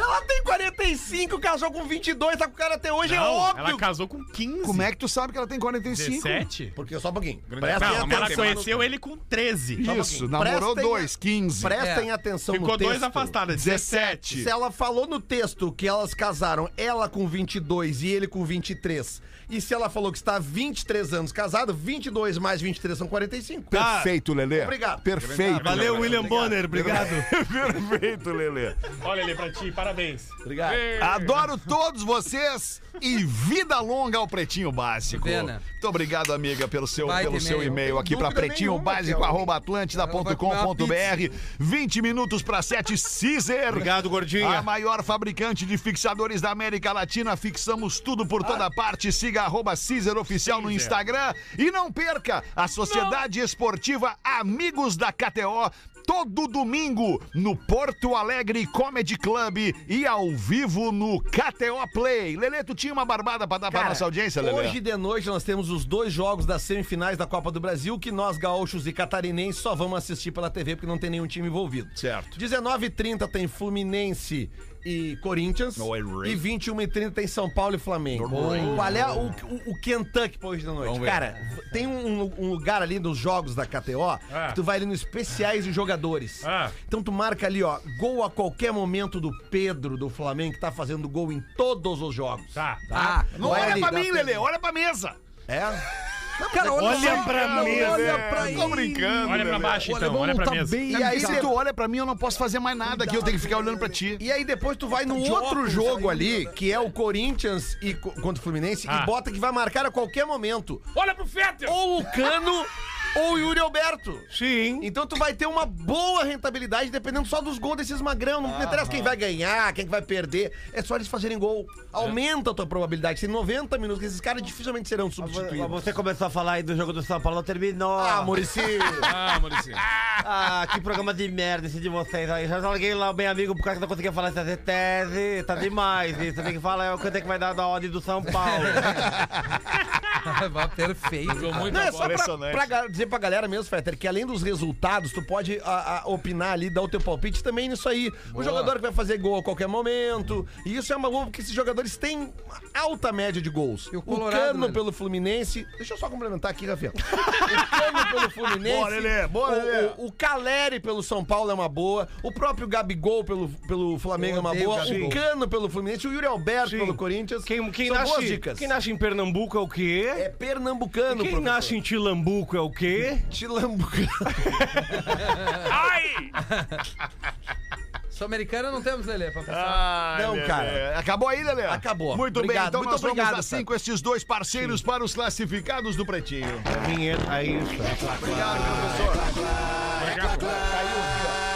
Speaker 7: Ela tem 45, casou com 22, tá com o cara até hoje, é
Speaker 5: Não,
Speaker 7: óbvio.
Speaker 5: ela casou com 15.
Speaker 2: Como é que tu sabe que ela tem 45?
Speaker 5: 17?
Speaker 3: Porque só um pouquinho.
Speaker 5: Não,
Speaker 3: Prestem
Speaker 5: ela
Speaker 3: atenção.
Speaker 5: conheceu ele com 13.
Speaker 2: Isso,
Speaker 3: pouquinho.
Speaker 2: namorou
Speaker 3: Prestem
Speaker 2: dois, 15.
Speaker 3: Prestem
Speaker 8: É.
Speaker 3: atenção no
Speaker 5: Ficou dois
Speaker 3: texto.
Speaker 5: afastados.
Speaker 2: 17.
Speaker 3: Se ela falou no texto que elas casaram, ela com 22 e ele com 23, e se ela falou que está há 23 anos casado, 22 mais 23 são 45.
Speaker 5: Tá,
Speaker 2: Perfeito, Lelê.
Speaker 3: Obrigado.
Speaker 2: Perfeito.
Speaker 7: Valeu, William Bonner, obrigado.
Speaker 2: Perfeito, Lelê.
Speaker 5: Olha ele pra ti, parabéns.
Speaker 3: Obrigado.
Speaker 2: Adoro todos vocês e vida longa ao Pretinho Básico.
Speaker 8: Pena.
Speaker 2: Muito obrigado, amiga, pelo seu,
Speaker 8: Vai
Speaker 2: pelo
Speaker 8: de
Speaker 2: seu
Speaker 8: e-mail.
Speaker 2: e-mail aqui para
Speaker 3: dúvida nenhuma que é o-
Speaker 2: pretinhobazico@atlantida.com.br. 20 minutos para 7 Cizer.
Speaker 7: Obrigado,
Speaker 2: A
Speaker 7: gordinha.
Speaker 2: maior fabricante de fixadores da América Latina. Fixamos tudo por toda parte. Siga arroba Ah. Cizer Oficial no Instagram. E não perca a Sociedade Esportiva Amigos da KTO. Todo domingo no Porto Alegre Comedy Club e ao vivo no KTO Play. Lelê, tu tinha uma barbada pra dar pra nossa audiência, Lelê?
Speaker 3: Hoje de noite nós temos os dois jogos das semifinais da Copa do Brasil que nós, gaúchos e catarinenses, só vamos assistir pela TV porque não tem nenhum time envolvido.
Speaker 2: Certo.
Speaker 3: 19h30 tem Fluminense e Corinthians.
Speaker 2: No way, Ray.
Speaker 3: E 21h30 tem São Paulo e Flamengo. Qual é o, o, o Kentucky pra hoje da noite? Cara, v- tem um, um lugar ali nos jogos da
Speaker 2: Ah.
Speaker 3: KTO que tu vai ali nos especiais de jogadores.
Speaker 5: Ah.
Speaker 3: Então tu marca ali, ó, gol a qualquer momento do Pedro do Flamengo que tá fazendo gol em todos os jogos.
Speaker 5: Tá.
Speaker 8: Ah,
Speaker 2: Não
Speaker 3: Vai
Speaker 2: olha
Speaker 3: ali,
Speaker 2: pra
Speaker 3: dá
Speaker 2: mim,
Speaker 3: pra-
Speaker 2: Lelê, olha pra mesa.
Speaker 3: É?
Speaker 8: cara, olha,
Speaker 7: Olha
Speaker 8: só,
Speaker 7: pra
Speaker 8: cara,
Speaker 7: mim,
Speaker 8: Olha
Speaker 7: velho.
Speaker 8: pra
Speaker 2: Tô
Speaker 8: ele.
Speaker 2: brincando.
Speaker 5: Olha pra
Speaker 2: Lelê.
Speaker 5: baixo então, olha pra mesa.
Speaker 2: E
Speaker 3: E
Speaker 2: aí,
Speaker 3: aí,
Speaker 2: se
Speaker 3: tá-
Speaker 2: tu olha pra mim, eu não posso fazer mais nada aqui. Eu tenho que ficar olhando pra ti.
Speaker 3: E aí depois tu vai no outro jogo ali, que é o Corinthians e, co- contra o Fluminense,
Speaker 5: Ah.
Speaker 3: e bota que vai marcar a qualquer momento.
Speaker 4: Olha pro Fetter.
Speaker 3: Ou o Cano ou o Yuri Alberto.
Speaker 7: Sim.
Speaker 3: Então tu vai ter uma boa rentabilidade dependendo só dos gols desses magrão. Não interessa quem vai ganhar, quem vai perder. É só eles fazerem gol. Aumenta a tua probabilidade. Tem 90 minutos que esses caras dificilmente serão substituídos.
Speaker 7: Você começou a falar aí do jogo do São Paulo, terminou.
Speaker 3: Ah, Murici!
Speaker 4: Ah, Maurício.
Speaker 7: Ah, que programa de merda esse de vocês aí. Já alguém lá, bem amigo, por causa que não conseguia falar essa tese. Tá demais isso. Tem que falar, é o canto que vai dar da ordem do São Paulo.
Speaker 8: Ah, Perfeito.
Speaker 4: Ficou muito
Speaker 3: Não, é
Speaker 8: Ah,
Speaker 4: bom.
Speaker 3: só pra,
Speaker 2: Impressionante.
Speaker 3: pra ga- dizer pra galera mesmo, Fetter, que além dos resultados, tu pode a- a, opinar ali, dar o teu palpite também nisso aí. O jogador que vai fazer gol a qualquer momento. E isso é uma boa, porque esses jogadores têm uma alta média de gols.
Speaker 8: E o
Speaker 3: o,
Speaker 8: Colorado,
Speaker 3: Cano
Speaker 8: mano?
Speaker 3: pelo Fluminense. Deixa eu só complementar aqui, Rafael. o Cano pelo Fluminense.
Speaker 2: Bora, Lelê, bora,
Speaker 3: o-
Speaker 2: Lelê.
Speaker 3: o, o Caleri pelo São Paulo é uma boa. O próprio Gabigol pelo, pelo Flamengo é uma
Speaker 8: odeio o
Speaker 3: boa. O,
Speaker 8: Gabigol.
Speaker 3: Cano pelo Fluminense. O Yuri Alberto pelo Corinthians.
Speaker 9: Quem, quem,
Speaker 3: São boas
Speaker 9: nasce,
Speaker 3: dicas.
Speaker 9: quem nasce em Pernambuco é o quê?
Speaker 3: É pernambucano,
Speaker 9: quem
Speaker 3: professor.
Speaker 9: nasce em Tilambuco é o quê?
Speaker 3: Tilambucano.
Speaker 8: Sul-Americana não temos, Lelê, pra passar.
Speaker 3: Não,
Speaker 2: Lelê.
Speaker 3: cara.
Speaker 2: Acabou aí, Lelê?
Speaker 3: Acabou.
Speaker 2: Muito bem,
Speaker 3: Obrigado,
Speaker 2: então
Speaker 3: muito
Speaker 2: nós vamos
Speaker 3: obrigado,
Speaker 2: dar assim com esses dois parceiros para os classificados do Pretinho.
Speaker 9: Vinheta, aí está.
Speaker 2: Obrigado, professor.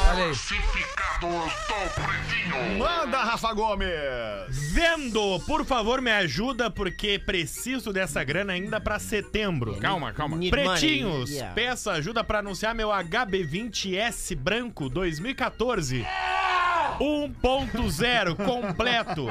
Speaker 8: Olha aí.
Speaker 2: Manda, Rafa Gomes.
Speaker 5: Vendo, por favor, me ajuda porque preciso dessa grana ainda pra setembro.
Speaker 4: É, Calma, calma.
Speaker 5: Pretinhos, peço ajuda pra anunciar meu HB20S branco 2014. 1.0 completo.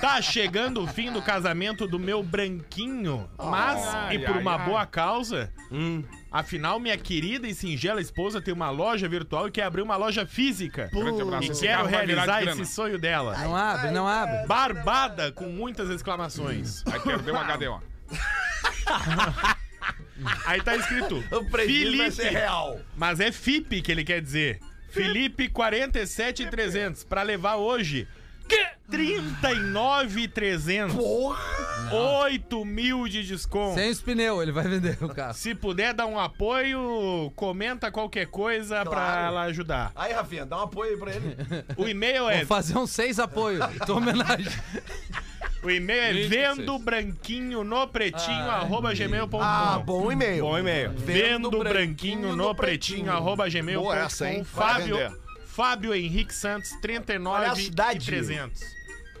Speaker 5: Tá chegando o fim do casamento do meu branquinho, mas e por
Speaker 4: ai,
Speaker 5: uma
Speaker 4: ai.
Speaker 5: boa causa.
Speaker 9: Hum.
Speaker 5: Afinal, minha querida e singela esposa tem uma loja virtual e quer abrir uma loja física.
Speaker 4: Grande abraço.
Speaker 5: E
Speaker 4: Esse
Speaker 5: quero
Speaker 4: carro vai virar de
Speaker 5: realizar
Speaker 4: grana.
Speaker 5: esse sonho dela.
Speaker 8: Não abre, não abre.
Speaker 5: Barbada com muitas exclamações.
Speaker 4: Aí perdeu o HDO.
Speaker 5: Aí tá escrito Felipe, mas é FIP que ele quer dizer. Felipe 47300 pra levar hoje. Que 39300. Porra! 8 mil de desconto.
Speaker 8: Sem os pneus, ele vai vender o carro.
Speaker 5: Se puder dar um apoio, comenta qualquer coisa pra ela ajudar.
Speaker 3: Aí, Rafinha, dá um apoio aí pra ele.
Speaker 5: O e-mail é
Speaker 8: Vou fazer uns seis apoios. Tô homenagem.
Speaker 5: o e-mail é
Speaker 4: Vinte e seis.
Speaker 5: vendo branquinho no pretinho arroba gmail.com.
Speaker 3: Ah, bom e-mail.
Speaker 5: Bom e-mail. Vendo branquinho no pretinho, arroba
Speaker 2: Boa essa, hein?
Speaker 5: gmail.com.
Speaker 2: Vai
Speaker 5: Fábio,
Speaker 2: render.
Speaker 5: Fábio Henrique Santos,
Speaker 3: Olha a
Speaker 5: 39 e
Speaker 3: cidade.
Speaker 5: 300.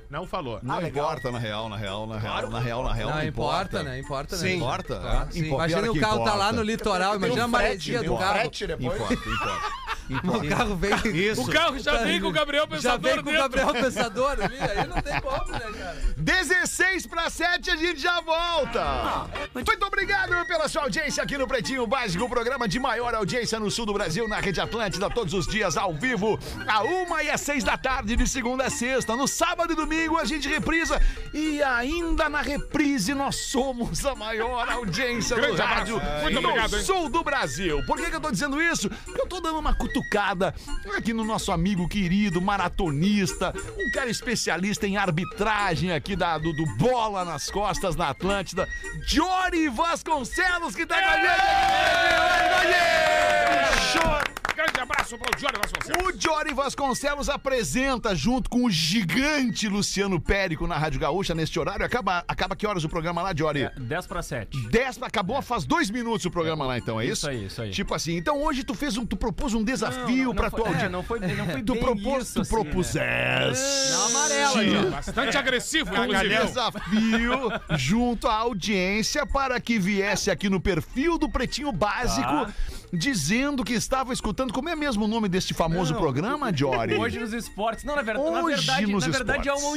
Speaker 5: Não falou.
Speaker 2: Não importa, na real, na real, na real, na real, na real.
Speaker 8: Não, importa, né? Importa, né?
Speaker 2: Sim. Importa? né?
Speaker 8: Sim.
Speaker 2: Importa,
Speaker 8: Imagina
Speaker 2: pior
Speaker 8: o
Speaker 2: que
Speaker 8: carro tá
Speaker 2: importa.
Speaker 8: lá no litoral, imagina a maresia do
Speaker 2: importa.
Speaker 8: carro.
Speaker 2: Importa, importa.
Speaker 8: O carro vem.
Speaker 4: O carro já vem com o Gabriel
Speaker 8: Já
Speaker 4: Pensador
Speaker 8: vem com o
Speaker 4: dentro.
Speaker 8: Gabriel Pensador ali, aí não tem como, né, cara?
Speaker 2: 16 para 7, a gente já volta. Muito obrigado pela sua audiência aqui no Pretinho Básico, o programa de maior audiência no sul do Brasil, na Rede Atlântida, todos os dias ao vivo, a uma e às seis da tarde, de segunda a sexta. No sábado e domingo a gente reprisa e ainda na reprise nós somos a maior audiência do
Speaker 4: Grande abraço.
Speaker 2: rádio
Speaker 4: Muito
Speaker 2: no
Speaker 4: obrigado, hein?
Speaker 2: sul do Brasil. Por que, que eu tô dizendo isso? Porque eu tô dando uma cutucada aqui no nosso amigo querido, maratonista, um cara especialista em arbitragem aqui da, do, do Bola nas Costas na Atlântida, Jory Vasconcelos, que tá com a gente aqui. no Brasil.
Speaker 4: Grande abraço para o Jorge Vasconcelos.
Speaker 2: O Jory Vasconcelos apresenta junto com o gigante Luciano Périco na Rádio Gaúcha neste horário. Acaba, acaba que horas o programa lá, Jory?
Speaker 10: 10 para 7.
Speaker 2: 10, acabou faz dois minutos o programa lá, então, é isso?
Speaker 10: Isso aí, isso aí.
Speaker 2: Tipo assim, então hoje tu fez um, tu propôs um desafio pra tua audiência.
Speaker 10: não foi, É, não foi
Speaker 2: tu
Speaker 10: bem
Speaker 2: propôs,
Speaker 10: isso,
Speaker 2: tu
Speaker 10: assim, né?
Speaker 2: propuseste
Speaker 8: Não amarela aí, ó.
Speaker 4: Bastante agressivo,
Speaker 2: um
Speaker 4: inclusive.
Speaker 2: desafio junto à audiência para que viesse aqui no perfil do Pretinho Básico
Speaker 10: Tá.
Speaker 2: dizendo que estava escutando. Como é mesmo o nome deste famoso programa, Jory?
Speaker 10: Hoje nos esportes. Não, na, ver... na
Speaker 2: Hoje
Speaker 10: verdade,
Speaker 2: nos
Speaker 10: na verdade é um né?
Speaker 2: esportes.
Speaker 10: mal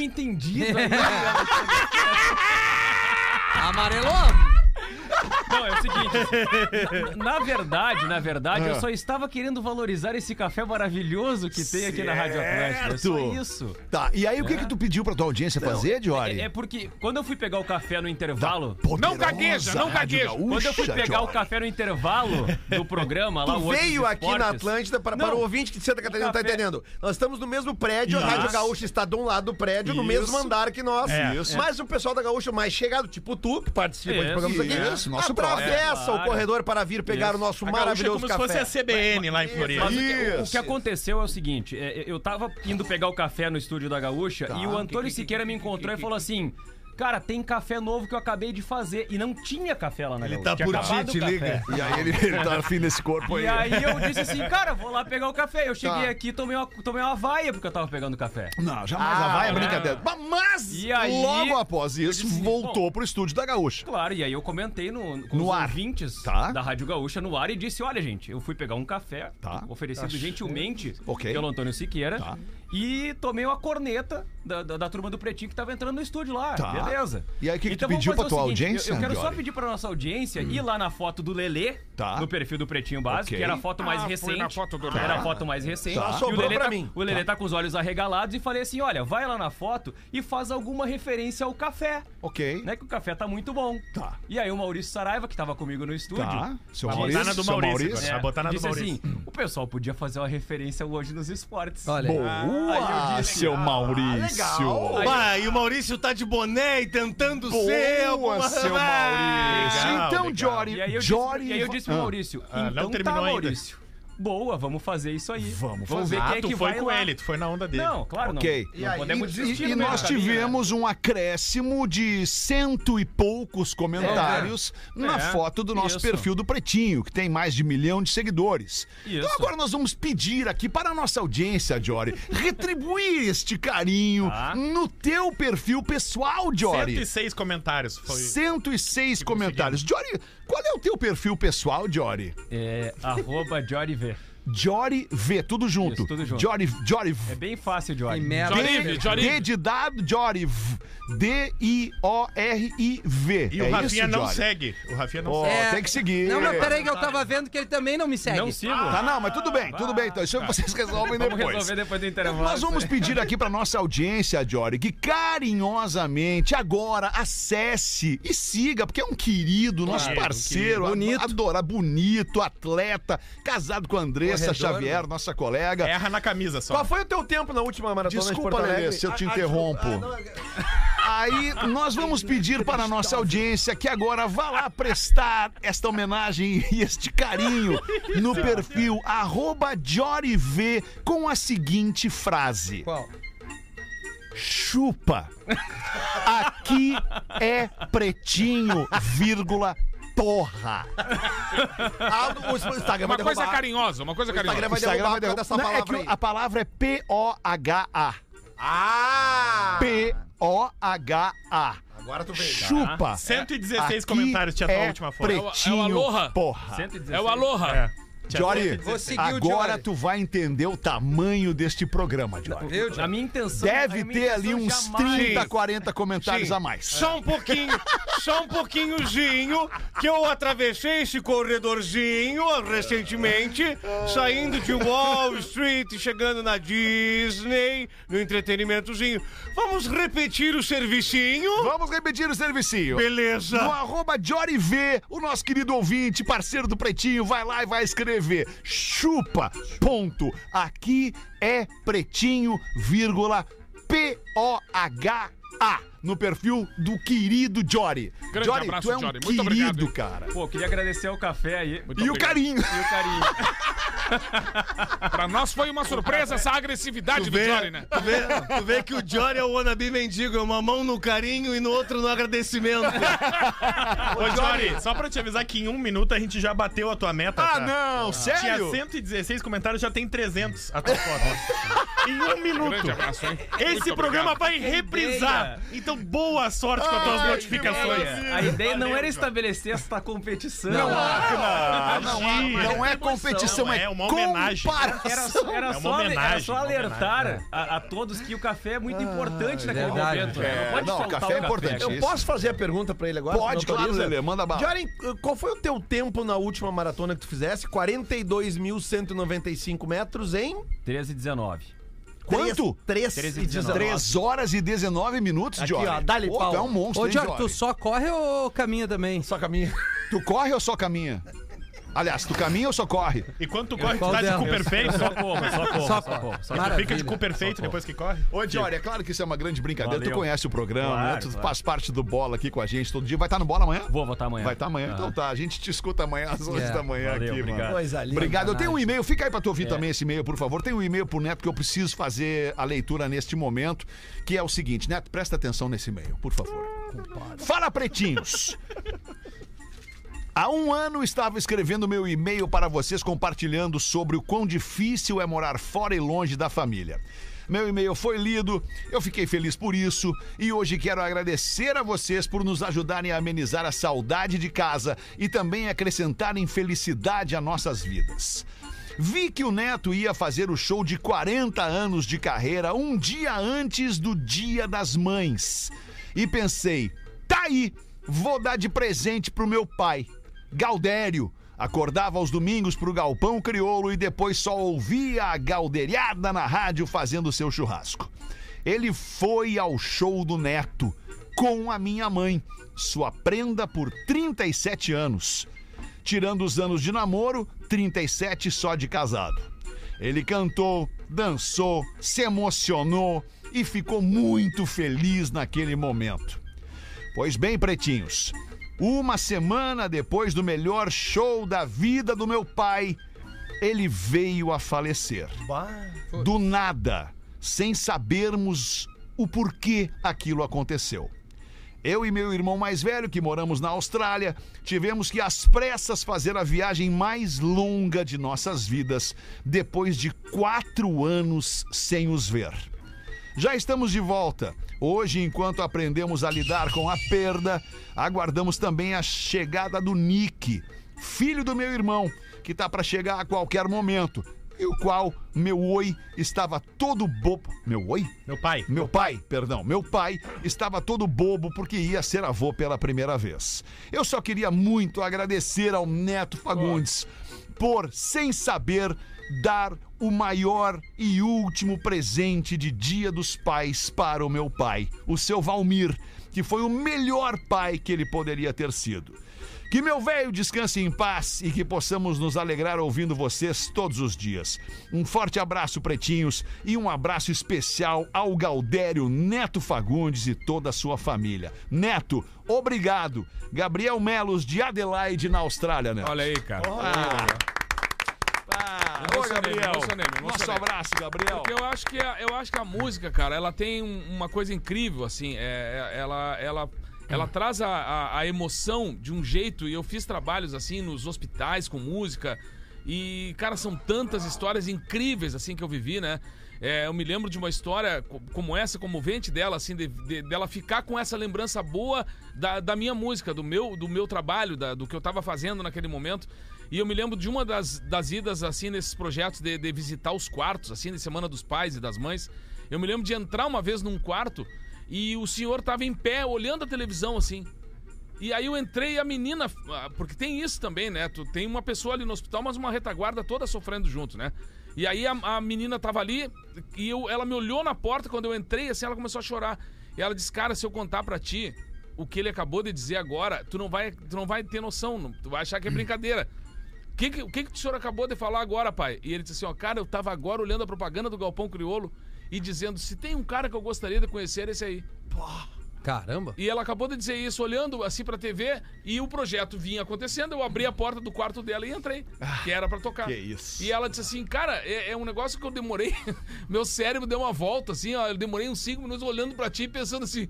Speaker 10: entendido. aí.
Speaker 8: Amarelou?
Speaker 10: Não, é o seguinte. Na, na verdade, na verdade,
Speaker 2: Ah.
Speaker 10: eu só estava querendo valorizar esse café maravilhoso que tem aqui na Rádio Atlântica. É só
Speaker 2: Certo.
Speaker 10: isso.
Speaker 2: Tá, e aí o que que tu pediu pra tua audiência fazer, Tá Jory?
Speaker 10: É, é porque quando eu fui pegar o café no intervalo,
Speaker 4: Não gagueja, não gagueja.
Speaker 10: Quando eu fui pegar o café no intervalo do programa lá,
Speaker 3: Tu
Speaker 10: o Hoje
Speaker 3: veio
Speaker 10: nos
Speaker 3: aqui na
Speaker 10: Esportes,
Speaker 3: Atlântida para,
Speaker 10: Não.
Speaker 3: para o ouvinte de Santa Catarina,
Speaker 10: Café.
Speaker 3: tá entendendo? Nós estamos no mesmo prédio, a Rádio Gaúcha está de um lado do prédio, no mesmo andar que nós.
Speaker 2: isso.
Speaker 3: Mas o pessoal da Gaúcha mais chegado, tipo tu, que participa
Speaker 10: Isso,
Speaker 3: de programas aqui,
Speaker 2: isso, nosso
Speaker 3: atravessa
Speaker 10: próprio.
Speaker 3: o corredor para vir pegar o nosso
Speaker 5: A gaúcha é
Speaker 3: maravilhoso
Speaker 5: como se fosse
Speaker 3: café.
Speaker 5: a CBN lá em Floripa.
Speaker 10: Mas o que- o,
Speaker 2: Isso.
Speaker 10: o que aconteceu é o seguinte: é, eu tava indo pegar o café no estúdio da Gaúcha
Speaker 11: Tá.
Speaker 10: e o Antônio Siqueira me encontrou e falou assim. Cara, tem café novo que eu acabei de fazer. E não tinha café lá na Ele
Speaker 11: tá por ti, te liga.
Speaker 2: E aí ele, ele tá afim nesse corpo aí.
Speaker 10: E aí eu disse assim, cara, vou lá pegar o café. Eu
Speaker 11: Tá.
Speaker 10: cheguei aqui e tomei uma, tomei uma vaia porque eu tava pegando café.
Speaker 2: Não, jamais ah, vai, é brincadeira. Mas,
Speaker 10: né? E aí-
Speaker 2: logo após isso, voltou pro estúdio da Gaúcha.
Speaker 10: Claro, e aí eu comentei no, com
Speaker 2: No
Speaker 10: os
Speaker 2: ar.
Speaker 10: ouvintes
Speaker 2: Tá.
Speaker 10: da Rádio Gaúcha no ar e disse: olha, gente, eu fui pegar um café,
Speaker 2: Tá.
Speaker 10: oferecido gentilmente
Speaker 2: Ok.
Speaker 10: pelo Antônio Siqueira,
Speaker 2: Tá.
Speaker 10: e tomei uma corneta da, da, da turma do Pretinho que tava entrando no estúdio lá.
Speaker 2: Tá.
Speaker 10: Beleza. Então,
Speaker 2: E aí, o que que tu
Speaker 10: vamos
Speaker 2: pediu
Speaker 10: fazer
Speaker 2: pra
Speaker 10: o
Speaker 2: tua
Speaker 10: seguinte, eu-
Speaker 2: audiência,
Speaker 10: Eu, quero só
Speaker 2: Andiori?
Speaker 10: pedir pra nossa audiência ir lá na foto do Lelê,
Speaker 2: Tá.
Speaker 10: no perfil do Pretinho Básico,
Speaker 2: Ok. Tá.
Speaker 10: que era a foto
Speaker 4: Ah,
Speaker 10: mais recente. Era a foto mais recente.
Speaker 2: Só
Speaker 10: E o
Speaker 6: sobrou
Speaker 10: Lelê
Speaker 6: pra
Speaker 10: tá,
Speaker 6: mim.
Speaker 10: O Lelê tá. com os olhos arregalados e falei assim: olha, vai lá na foto e faz alguma referência ao café.
Speaker 2: Ok.
Speaker 10: Né, que o café tá muito bom.
Speaker 2: Tá.
Speaker 10: E aí o Maurício Saraiva, que tava comigo no estúdio, né,
Speaker 2: Tá. Seu
Speaker 5: Vai
Speaker 2: Maurício.
Speaker 5: botar na do
Speaker 2: seu
Speaker 5: Maurício agora. Vai botar na do
Speaker 10: disse
Speaker 5: Maurício.
Speaker 10: assim: o pessoal podia fazer uma referência hoje nos esportes.
Speaker 8: Olha, aí.
Speaker 2: Boa, seu Maurício.
Speaker 7: Bah, e o Maurício tá de boné e tentando ser.
Speaker 2: Boa,
Speaker 7: alguma-
Speaker 2: seu Maurício.
Speaker 5: Legal,
Speaker 2: então,
Speaker 5: legal.
Speaker 2: Jory,
Speaker 10: E aí eu disse,
Speaker 2: Jory,
Speaker 10: e aí eu disse pro Maurício,
Speaker 5: Ah, não
Speaker 10: então
Speaker 5: terminou
Speaker 10: tá,
Speaker 5: ainda.
Speaker 10: Maurício. Boa, vamos fazer isso aí.
Speaker 2: Vamos
Speaker 10: ver
Speaker 5: Ah,
Speaker 10: quem é
Speaker 5: tu
Speaker 10: que
Speaker 5: foi
Speaker 10: vai
Speaker 5: com
Speaker 10: lá.
Speaker 5: ele, tu foi na onda dele.
Speaker 10: Não, claro
Speaker 2: Ok.
Speaker 10: não. Não podemos
Speaker 2: E-
Speaker 10: desistir
Speaker 2: e,
Speaker 10: no meio
Speaker 2: nós
Speaker 10: do caminho,
Speaker 2: tivemos um acréscimo de cento e poucos comentários na
Speaker 10: É.
Speaker 2: foto do nosso
Speaker 10: Isso.
Speaker 2: perfil do Pretinho, que tem mais de um milhão de seguidores. Então
Speaker 10: Isso.
Speaker 2: agora nós vamos pedir aqui para a nossa audiência, Jory, retribuir este carinho
Speaker 10: Tá.
Speaker 2: no teu perfil pessoal, Jory.
Speaker 5: 106 comentários. Foi.
Speaker 2: 106 comentários. Jory, qual é o teu perfil pessoal, Jory?
Speaker 10: né? É, arroba Jory V.
Speaker 2: Jory V, tudo junto.
Speaker 10: Isso, tudo junto.
Speaker 2: Jory, Jory
Speaker 10: É bem fácil, Jory.
Speaker 8: que merda.
Speaker 4: Jory-
Speaker 2: D,
Speaker 4: Joriv, Joriv.
Speaker 2: D de dado, Joriv. D-I-O-R-I-V.
Speaker 5: E o
Speaker 2: É
Speaker 5: Rafinha
Speaker 2: isso,
Speaker 5: não
Speaker 2: Jory?
Speaker 5: segue. O Rafinha não
Speaker 2: Ó,
Speaker 5: segue.
Speaker 8: É.
Speaker 2: tem que seguir.
Speaker 8: Não, mas peraí que eu tava vendo que ele também não me segue.
Speaker 10: Não sigo.
Speaker 2: Tá, não, mas tudo bem, tudo bem. Então, isso vocês resolvem
Speaker 10: vamos
Speaker 2: depois.
Speaker 10: resolver depois do intervalo.
Speaker 2: Nós vamos pedir aqui para nossa audiência, Jory, que carinhosamente agora acesse e siga, porque é um querido, nosso
Speaker 5: Claro,
Speaker 2: parceiro, bonito. adora, bonito, atleta, casado com a Andressa
Speaker 8: Corredor,
Speaker 2: Xavier, nossa colega.
Speaker 5: Erra na camisa só.
Speaker 6: Qual foi o teu tempo na última maratona de
Speaker 2: Desculpa,
Speaker 6: Porto Alegre?
Speaker 2: Lelê, se eu te
Speaker 6: Ah, ah,
Speaker 2: interrompo.
Speaker 6: desculpa. Ah, não, é-
Speaker 2: Aí nós vamos pedir para a nossa audiência que agora vá lá prestar esta homenagem e este carinho no perfil arroba JoryV com a seguinte frase.
Speaker 8: Qual?
Speaker 2: Chupa. Aqui é pretinho, vírgula, porra.
Speaker 6: Ah, o Instagram vai
Speaker 4: Uma coisa
Speaker 6: derrubar.
Speaker 4: carinhosa, uma coisa
Speaker 6: O Instagram
Speaker 4: carinhosa.
Speaker 6: vai derrubar por causa dessa
Speaker 2: Não, é
Speaker 6: palavra
Speaker 2: que
Speaker 6: aí.
Speaker 2: a palavra é P-O-H-A.
Speaker 6: Ah!
Speaker 2: P-O-H-A.
Speaker 6: Agora
Speaker 5: Tá.
Speaker 6: tu veio.
Speaker 2: Chupa.
Speaker 5: 116
Speaker 2: Aqui
Speaker 5: comentários tinha tua
Speaker 2: é
Speaker 5: última foto.
Speaker 2: Pretinho,
Speaker 4: É o- é o Aloha.
Speaker 2: porra.
Speaker 10: 116.
Speaker 4: É o Aloha.
Speaker 5: É.
Speaker 2: Jory,
Speaker 8: Vou seguir o
Speaker 2: agora
Speaker 8: Jory.
Speaker 2: tu vai entender o tamanho deste programa, Jory.
Speaker 8: Viu,
Speaker 10: A
Speaker 8: Jory?
Speaker 10: minha intenção.
Speaker 2: Deve
Speaker 10: a minha
Speaker 2: ter
Speaker 10: intenção
Speaker 2: ali uns
Speaker 10: jamais-
Speaker 2: 30, 40 comentários
Speaker 7: Sim.
Speaker 2: a mais.
Speaker 7: Só um pouquinho, só um pouquinhozinho, que eu atravessei esse corredorzinho recentemente, saindo de Wall Street e chegando na Disney, no entretenimentozinho. Vamos repetir o servicinho?
Speaker 2: Vamos repetir o servicinho. No
Speaker 7: Beleza.
Speaker 2: arroba Jory V, o nosso querido ouvinte, parceiro do Pretinho, vai lá e vai escrever. Chupa, ponto. Aqui é Pretinho, vírgula, P-O-H-A. No perfil do querido Jory.
Speaker 4: Grande
Speaker 2: Jory,
Speaker 4: abraço,
Speaker 2: tu é um
Speaker 4: Jory.
Speaker 2: querido,
Speaker 4: Muito obrigado, hein?
Speaker 2: cara.
Speaker 10: Pô, queria agradecer o café aí.
Speaker 2: e o carinho.
Speaker 10: E o carinho.
Speaker 4: Pra nós foi uma surpresa essa agressividade do Jory, né?
Speaker 7: Tu vê, tu vê que o Jory é o wannabe mendigo, é uma mão no carinho e no outro no agradecimento.
Speaker 5: Ô, Jory, só pra te avisar que em um minuto a gente já bateu a tua meta.
Speaker 2: Ah,
Speaker 5: tá?
Speaker 2: não,
Speaker 5: Tinha
Speaker 2: sério?
Speaker 5: 116 comentários, já tem 300 a tua foto. em um minuto.
Speaker 4: Grande abraço, hein?
Speaker 5: Esse
Speaker 4: Muito
Speaker 5: programa
Speaker 4: obrigado.
Speaker 5: vai reprisar. Então, boa sorte com as tuas
Speaker 10: É,
Speaker 5: notificações.
Speaker 10: A ideia não era estabelecer esta competição.
Speaker 2: Ah, não,
Speaker 5: Imagina.
Speaker 2: não é competição,
Speaker 5: Não,
Speaker 2: é,
Speaker 5: é uma homenagem.
Speaker 10: Era,
Speaker 2: comparação.
Speaker 10: era
Speaker 5: É uma
Speaker 10: só,
Speaker 5: homenagem,
Speaker 10: era só
Speaker 5: uma
Speaker 10: alertar a, a todos que o café né? é muito importante naquele
Speaker 8: verdade.
Speaker 10: momento. né?
Speaker 2: É,
Speaker 10: Não pode
Speaker 2: não, o
Speaker 10: faltar
Speaker 2: café é
Speaker 10: o
Speaker 2: importante.
Speaker 6: Eu
Speaker 2: Isso.
Speaker 6: posso fazer a pergunta pra ele agora?
Speaker 2: Pode,
Speaker 6: Tu me
Speaker 2: claro,
Speaker 6: autoriza?
Speaker 2: Lelê, manda bala.
Speaker 6: Jory, qual foi o teu tempo na última maratona que tu fizesse? 42.195 metros em...
Speaker 10: 13 e 19.
Speaker 2: Quanto?
Speaker 6: 3
Speaker 10: 13
Speaker 6: e
Speaker 10: e 19.
Speaker 6: 19.
Speaker 2: 3 horas e 19 minutos,
Speaker 6: Aqui,
Speaker 2: Jory.
Speaker 6: ó, dá-lhe
Speaker 2: Pô,
Speaker 6: pau.
Speaker 2: tu é um monstro,
Speaker 8: Ô,
Speaker 2: hein,
Speaker 8: Jory, tu
Speaker 2: Jory?
Speaker 8: só corre ou caminha também?
Speaker 6: Só caminho.
Speaker 2: Tu corre ou só caminha? Aliás, tu caminha ou só corre?
Speaker 5: E quando tu corre, tu
Speaker 8: qual
Speaker 5: tá de
Speaker 8: delas?
Speaker 5: cu perfeito.
Speaker 10: Só como, só como, só como. Só como.
Speaker 5: Tu fica de cu
Speaker 8: Maravilha.
Speaker 5: perfeito depois que corre.
Speaker 2: Ô, Jory, é claro que isso é uma grande brincadeira. Tu
Speaker 10: Valeu.
Speaker 2: conhece o programa,
Speaker 10: Claro,
Speaker 2: né? Tu
Speaker 10: claro.
Speaker 2: faz parte do bola aqui com a gente todo dia. Vai estar no bola amanhã?
Speaker 10: Vou votar amanhã. É.
Speaker 2: Vai estar amanhã. Então tá, a gente te escuta amanhã às 11
Speaker 8: Yeah.
Speaker 2: da manhã
Speaker 10: Valeu,
Speaker 2: aqui,
Speaker 10: obrigado. É.
Speaker 2: mano.
Speaker 6: Coisa linda.
Speaker 2: Obrigado. Eu tenho um e-mail, fica aí pra tu ouvir também esse e-mail, por favor. Tem um e-mail pro Neto que eu preciso fazer a leitura neste momento, que é o seguinte, Neto, presta atenção nesse e-mail, por favor. Fala, pretinhos! Há um ano estava escrevendo meu e-mail para vocês compartilhando sobre o quão difícil é morar fora e longe da família. Meu e-mail foi lido, eu fiquei feliz por isso e hoje quero agradecer a vocês por nos ajudarem a amenizar a saudade de casa e também acrescentarem felicidade a nossas vidas. Vi que o Neto ia fazer o show de 40 anos de carreira um dia antes do Dia das Mães. e pensei: tá aí, vou dar de presente pro meu pai, Galdério. Acordava aos domingos pro galpão crioulo e depois só ouvia a galderiada na rádio fazendo seu churrasco. Ele foi ao show do Neto com a minha mãe, sua prenda por 37 anos. Tirando os anos de namoro, 37 só de casado. Ele cantou, dançou, se emocionou e ficou muito feliz naquele momento. Pois bem, pretinhos, uma semana depois do melhor show da vida do meu pai, ele veio a falecer. Do nada, sem sabermos o porquê aquilo aconteceu. Eu e meu irmão mais velho, que moramos na Austrália, tivemos que às pressas fazer a viagem mais longa de nossas vidas, depois de quatro anos sem os ver. Já estamos de volta. Hoje, enquanto aprendemos a lidar com a perda, aguardamos também a chegada do Nick, filho do meu irmão, que tá para chegar a qualquer momento, e o qual meu oi estava todo bobo. Meu oi?
Speaker 5: Meu pai.
Speaker 2: Meu pai, perdão, meu pai estava todo bobo porque ia ser avô pela primeira vez. Eu só queria muito agradecer ao Neto Fagundes por, sem saber, dar o maior e último presente de Dia dos Pais para o meu pai, o seu Valmir, que foi o melhor pai que ele poderia ter sido. Que meu velho descanse em paz e que possamos nos alegrar ouvindo vocês todos os dias. Um forte abraço, pretinhos, e um abraço especial ao Galdério Neto Fagundes e toda a sua família. Neto, obrigado. Gabriel Melos, de Adelaide, na Austrália, né? Neto.
Speaker 4: Olha aí, cara.
Speaker 2: Ah,
Speaker 4: emocionei,
Speaker 2: ô, Gabriel.
Speaker 4: emocionei, me
Speaker 2: Nosso
Speaker 4: emocionei.
Speaker 2: abraço, Gabriel.
Speaker 4: Porque eu acho que a, eu acho que a música, cara, ela tem um- uma coisa incrível, assim, é, é- ela, ela, ela traz a, a- a emoção de um jeito. E eu fiz trabalhos assim nos hospitais com música. E, cara, são tantas histórias incríveis assim que eu vivi, né? É, eu me lembro de uma história co- como essa, comovente dela, assim, de- de- dela ficar com essa lembrança boa da, da minha música, do meu, do meu trabalho, da- do que eu tava fazendo naquele momento. E eu me lembro de uma das, das idas, assim, nesses projetos de, de visitar os quartos, assim, de Semana dos Pais e das Mães. Eu me lembro de entrar uma vez num quarto e o senhor tava em pé, olhando a televisão, assim. E aí eu entrei e a menina. ah, Porque tem isso também, né? Tu tem uma pessoa ali no hospital, mas uma retaguarda toda sofrendo junto, né? E aí a, a menina tava ali e eu, ela me olhou na porta quando eu entrei, assim, ela começou a chorar. E ela disse: Cara, se eu contar pra ti o que ele acabou de dizer agora, tu não vai, tu não vai ter noção, não- tu vai achar que é brincadeira. O que, que- o que, que o senhor acabou de falar agora, pai? E ele disse assim: ó, cara, eu tava agora olhando a propaganda do Galpão Criolo e dizendo: se tem um cara que eu gostaria de conhecer, é esse aí.
Speaker 8: Caramba.
Speaker 4: E ela acabou de dizer isso olhando assim pra TV e o projeto vinha acontecendo. Eu abri a porta do quarto dela e entrei, que era pra tocar.
Speaker 2: Ah, que isso.
Speaker 4: E ela disse assim, cara, é, é um negócio que eu demorei. Meu cérebro deu uma volta, assim, ó. Eu demorei uns cinco minutos olhando pra ti e pensando assim,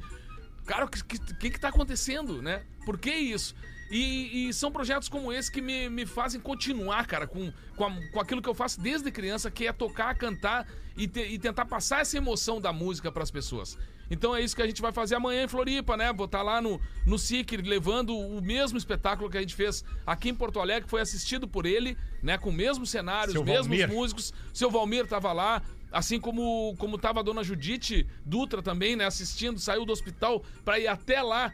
Speaker 4: cara, o que, que, que que tá acontecendo, né? Por que isso? E, e são projetos como esse que me, me fazem continuar, cara, com, com, a- com aquilo que eu faço desde criança, que é tocar, cantar e, te- e tentar passar essa emoção da música pras pessoas. Então é isso que a gente vai fazer amanhã em Floripa, né? Vou estar lá no, no SIC levando o mesmo espetáculo que a gente fez aqui em Porto Alegre, que foi assistido por ele, né? Com o mesmo cenário,
Speaker 5: Seu
Speaker 4: os mesmos
Speaker 5: Valmir.
Speaker 4: músicos. Seu Valmir tava lá, assim como como tava a dona Judite Dutra também, né, assistindo, saiu do hospital pra ir até lá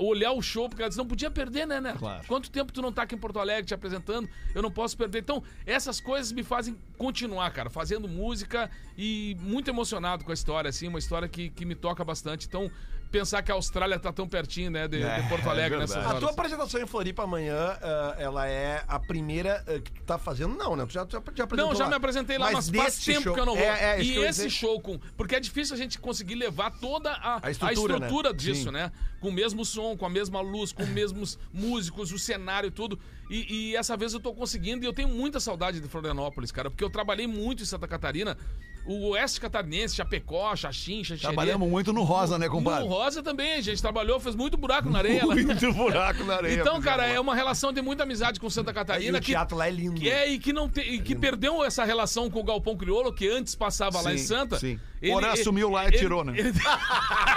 Speaker 4: olhar o show, porque ela disse, não podia perder, né, né?
Speaker 2: Claro.
Speaker 4: Quanto tempo tu não tá aqui em Porto Alegre te apresentando? Eu não posso perder. Então, essas coisas me fazem continuar, cara, fazendo música e muito emocionado com a história, assim, uma história que, que me toca bastante. Então, pensar que a Austrália tá tão pertinho, né, assim. de, de Porto Alegre
Speaker 2: é
Speaker 4: nessas
Speaker 2: verdade.
Speaker 6: A
Speaker 4: horas.
Speaker 6: tua apresentação em Floripa amanhã, ah, ela é a primeira ah, que tu tá fazendo? Não, né? Tu já, já, já apresentou
Speaker 4: Não, já
Speaker 6: lá.
Speaker 4: me apresentei lá, mas, faz
Speaker 6: desse
Speaker 4: tempo
Speaker 6: show-
Speaker 4: que eu não vou.
Speaker 6: É, é, isso
Speaker 4: e
Speaker 6: que eu ia
Speaker 4: esse
Speaker 6: dizer.
Speaker 4: show com. Porque é difícil a gente conseguir levar toda a,
Speaker 6: A estrutura,
Speaker 4: a estrutura disso, né? Com o mesmo som, com a mesma luz, com os mesmos músicos, o cenário, tudo. E, e essa vez eu tô conseguindo e eu tenho muita saudade de Florianópolis, cara, porque eu trabalhei muito em Santa Catarina. O Oeste Catarinense, Chapecó, Xaxim, Xaxerê.
Speaker 2: Trabalhamos muito no Rosa, né,
Speaker 4: No
Speaker 2: compadre?
Speaker 4: Rosa também, a gente trabalhou, fez muito buraco na areia. lá.
Speaker 2: Muito buraco né? na areia.
Speaker 4: Então, cara, é uma relação de muita amizade com Santa
Speaker 6: E
Speaker 4: Catarina
Speaker 6: o
Speaker 4: que
Speaker 6: teatro lá é lindo.
Speaker 4: que é, e que não tem, e que perdeu essa relação com o Galpão Criolo, que antes passava lá em
Speaker 2: Sim,
Speaker 4: Santa.
Speaker 2: sim. Porã assumiu lá e tirou, né?
Speaker 4: Ele,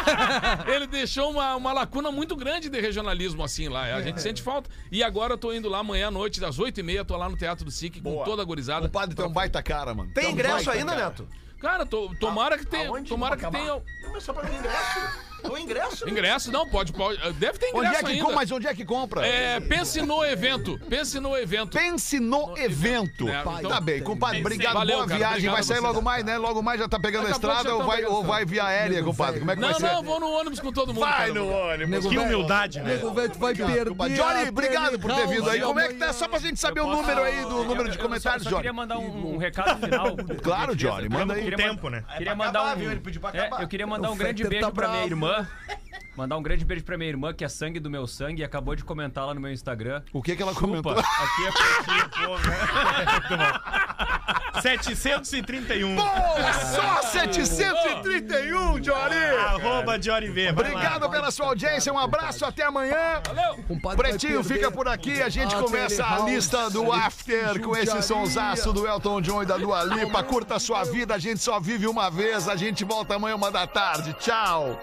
Speaker 4: ele deixou uma, uma lacuna muito grande de regionalismo, assim, lá. A
Speaker 2: É.
Speaker 4: gente sente falta. E agora eu tô indo lá amanhã à noite, das 8h30, tô lá no Teatro do SIC com toda a
Speaker 2: O
Speaker 4: gorizada.
Speaker 2: padre tem um baita cara, mano.
Speaker 6: Tem
Speaker 2: Tem um
Speaker 6: ingresso
Speaker 2: baita
Speaker 6: ainda,
Speaker 2: cara.
Speaker 6: Neto?
Speaker 4: Cara, tô- tomara que tenha.
Speaker 6: Aonde?
Speaker 4: Tomara que
Speaker 6: Numa
Speaker 4: tenha.
Speaker 6: Camargo? Não, mas só pra mim ingresso. O ingresso?
Speaker 4: Ingresso não, pode, pode. Deve ter
Speaker 2: Onde
Speaker 4: ingresso
Speaker 2: é que
Speaker 4: ainda.
Speaker 2: compra? Mas onde é que compra?
Speaker 4: É, pense no evento. Pense no evento.
Speaker 2: Pense no evento.
Speaker 4: É, então-
Speaker 2: tá bem, compadre.
Speaker 4: Pensei.
Speaker 2: Obrigado,
Speaker 4: Valeu,
Speaker 2: boa
Speaker 4: cara,
Speaker 2: viagem.
Speaker 4: obrigado
Speaker 2: vai sair
Speaker 4: você.
Speaker 2: logo mais, né? Logo mais já tá pegando a
Speaker 4: Daqui a pouco
Speaker 2: estrada
Speaker 4: já
Speaker 2: ou
Speaker 4: tão
Speaker 2: vai,
Speaker 4: pegando
Speaker 2: ou vai via aérea, compadre? Como é que
Speaker 4: Não,
Speaker 2: vai ser?
Speaker 4: não, vou no ônibus com todo mundo.
Speaker 2: Vai
Speaker 4: cara.
Speaker 2: no ônibus.
Speaker 5: Que humildade, né?
Speaker 8: Nego velho, tu vai
Speaker 2: Compadre.
Speaker 8: perder.
Speaker 2: Johnny,
Speaker 8: a
Speaker 2: obrigado por ter vindo aí.
Speaker 8: televisão
Speaker 2: Como é que tá?
Speaker 8: amanhã.
Speaker 2: Só pra gente saber o
Speaker 10: posso-
Speaker 2: número aí do
Speaker 10: Eu-
Speaker 2: número
Speaker 10: eu
Speaker 2: de
Speaker 10: só-
Speaker 2: comentários,
Speaker 10: só
Speaker 2: Johnny.
Speaker 10: queria mandar um, um recado final.
Speaker 2: Claro, Johnny, manda aí.
Speaker 5: Com tempo, né?
Speaker 10: Queria
Speaker 6: É, pra
Speaker 10: mandar
Speaker 6: acabar,
Speaker 10: um,
Speaker 6: viu? Ele pediu pra
Speaker 10: É,
Speaker 6: acabar.
Speaker 10: eu queria mandar
Speaker 8: O
Speaker 10: um grande
Speaker 8: Fetter tá
Speaker 10: beijo pra minha
Speaker 8: bravo.
Speaker 10: irmã. Mandar um grande beijo pra minha irmã, que é sangue do meu sangue, e acabou de comentar lá no meu Instagram.
Speaker 2: O que que ela
Speaker 10: Chupa,
Speaker 2: comentou?
Speaker 10: aqui é pretinho, pô, né?
Speaker 5: 731.
Speaker 2: Oh, Só 731, Johnny!
Speaker 5: Arroba Jory V. vai lá.
Speaker 2: Obrigado pela sua audiência, um abraço, até amanhã.
Speaker 8: Compadre, vai
Speaker 2: Pretinho
Speaker 8: perder.
Speaker 2: fica por aqui, a gente
Speaker 8: Ah,
Speaker 2: começa a
Speaker 8: Telehouse,
Speaker 2: lista do After com esse
Speaker 8: judiaria.
Speaker 2: sonsaço do Elton John e da Dua Lipa. Curta a sua vida, a gente só vive uma vez, a gente volta amanhã uma da tarde. Tchau.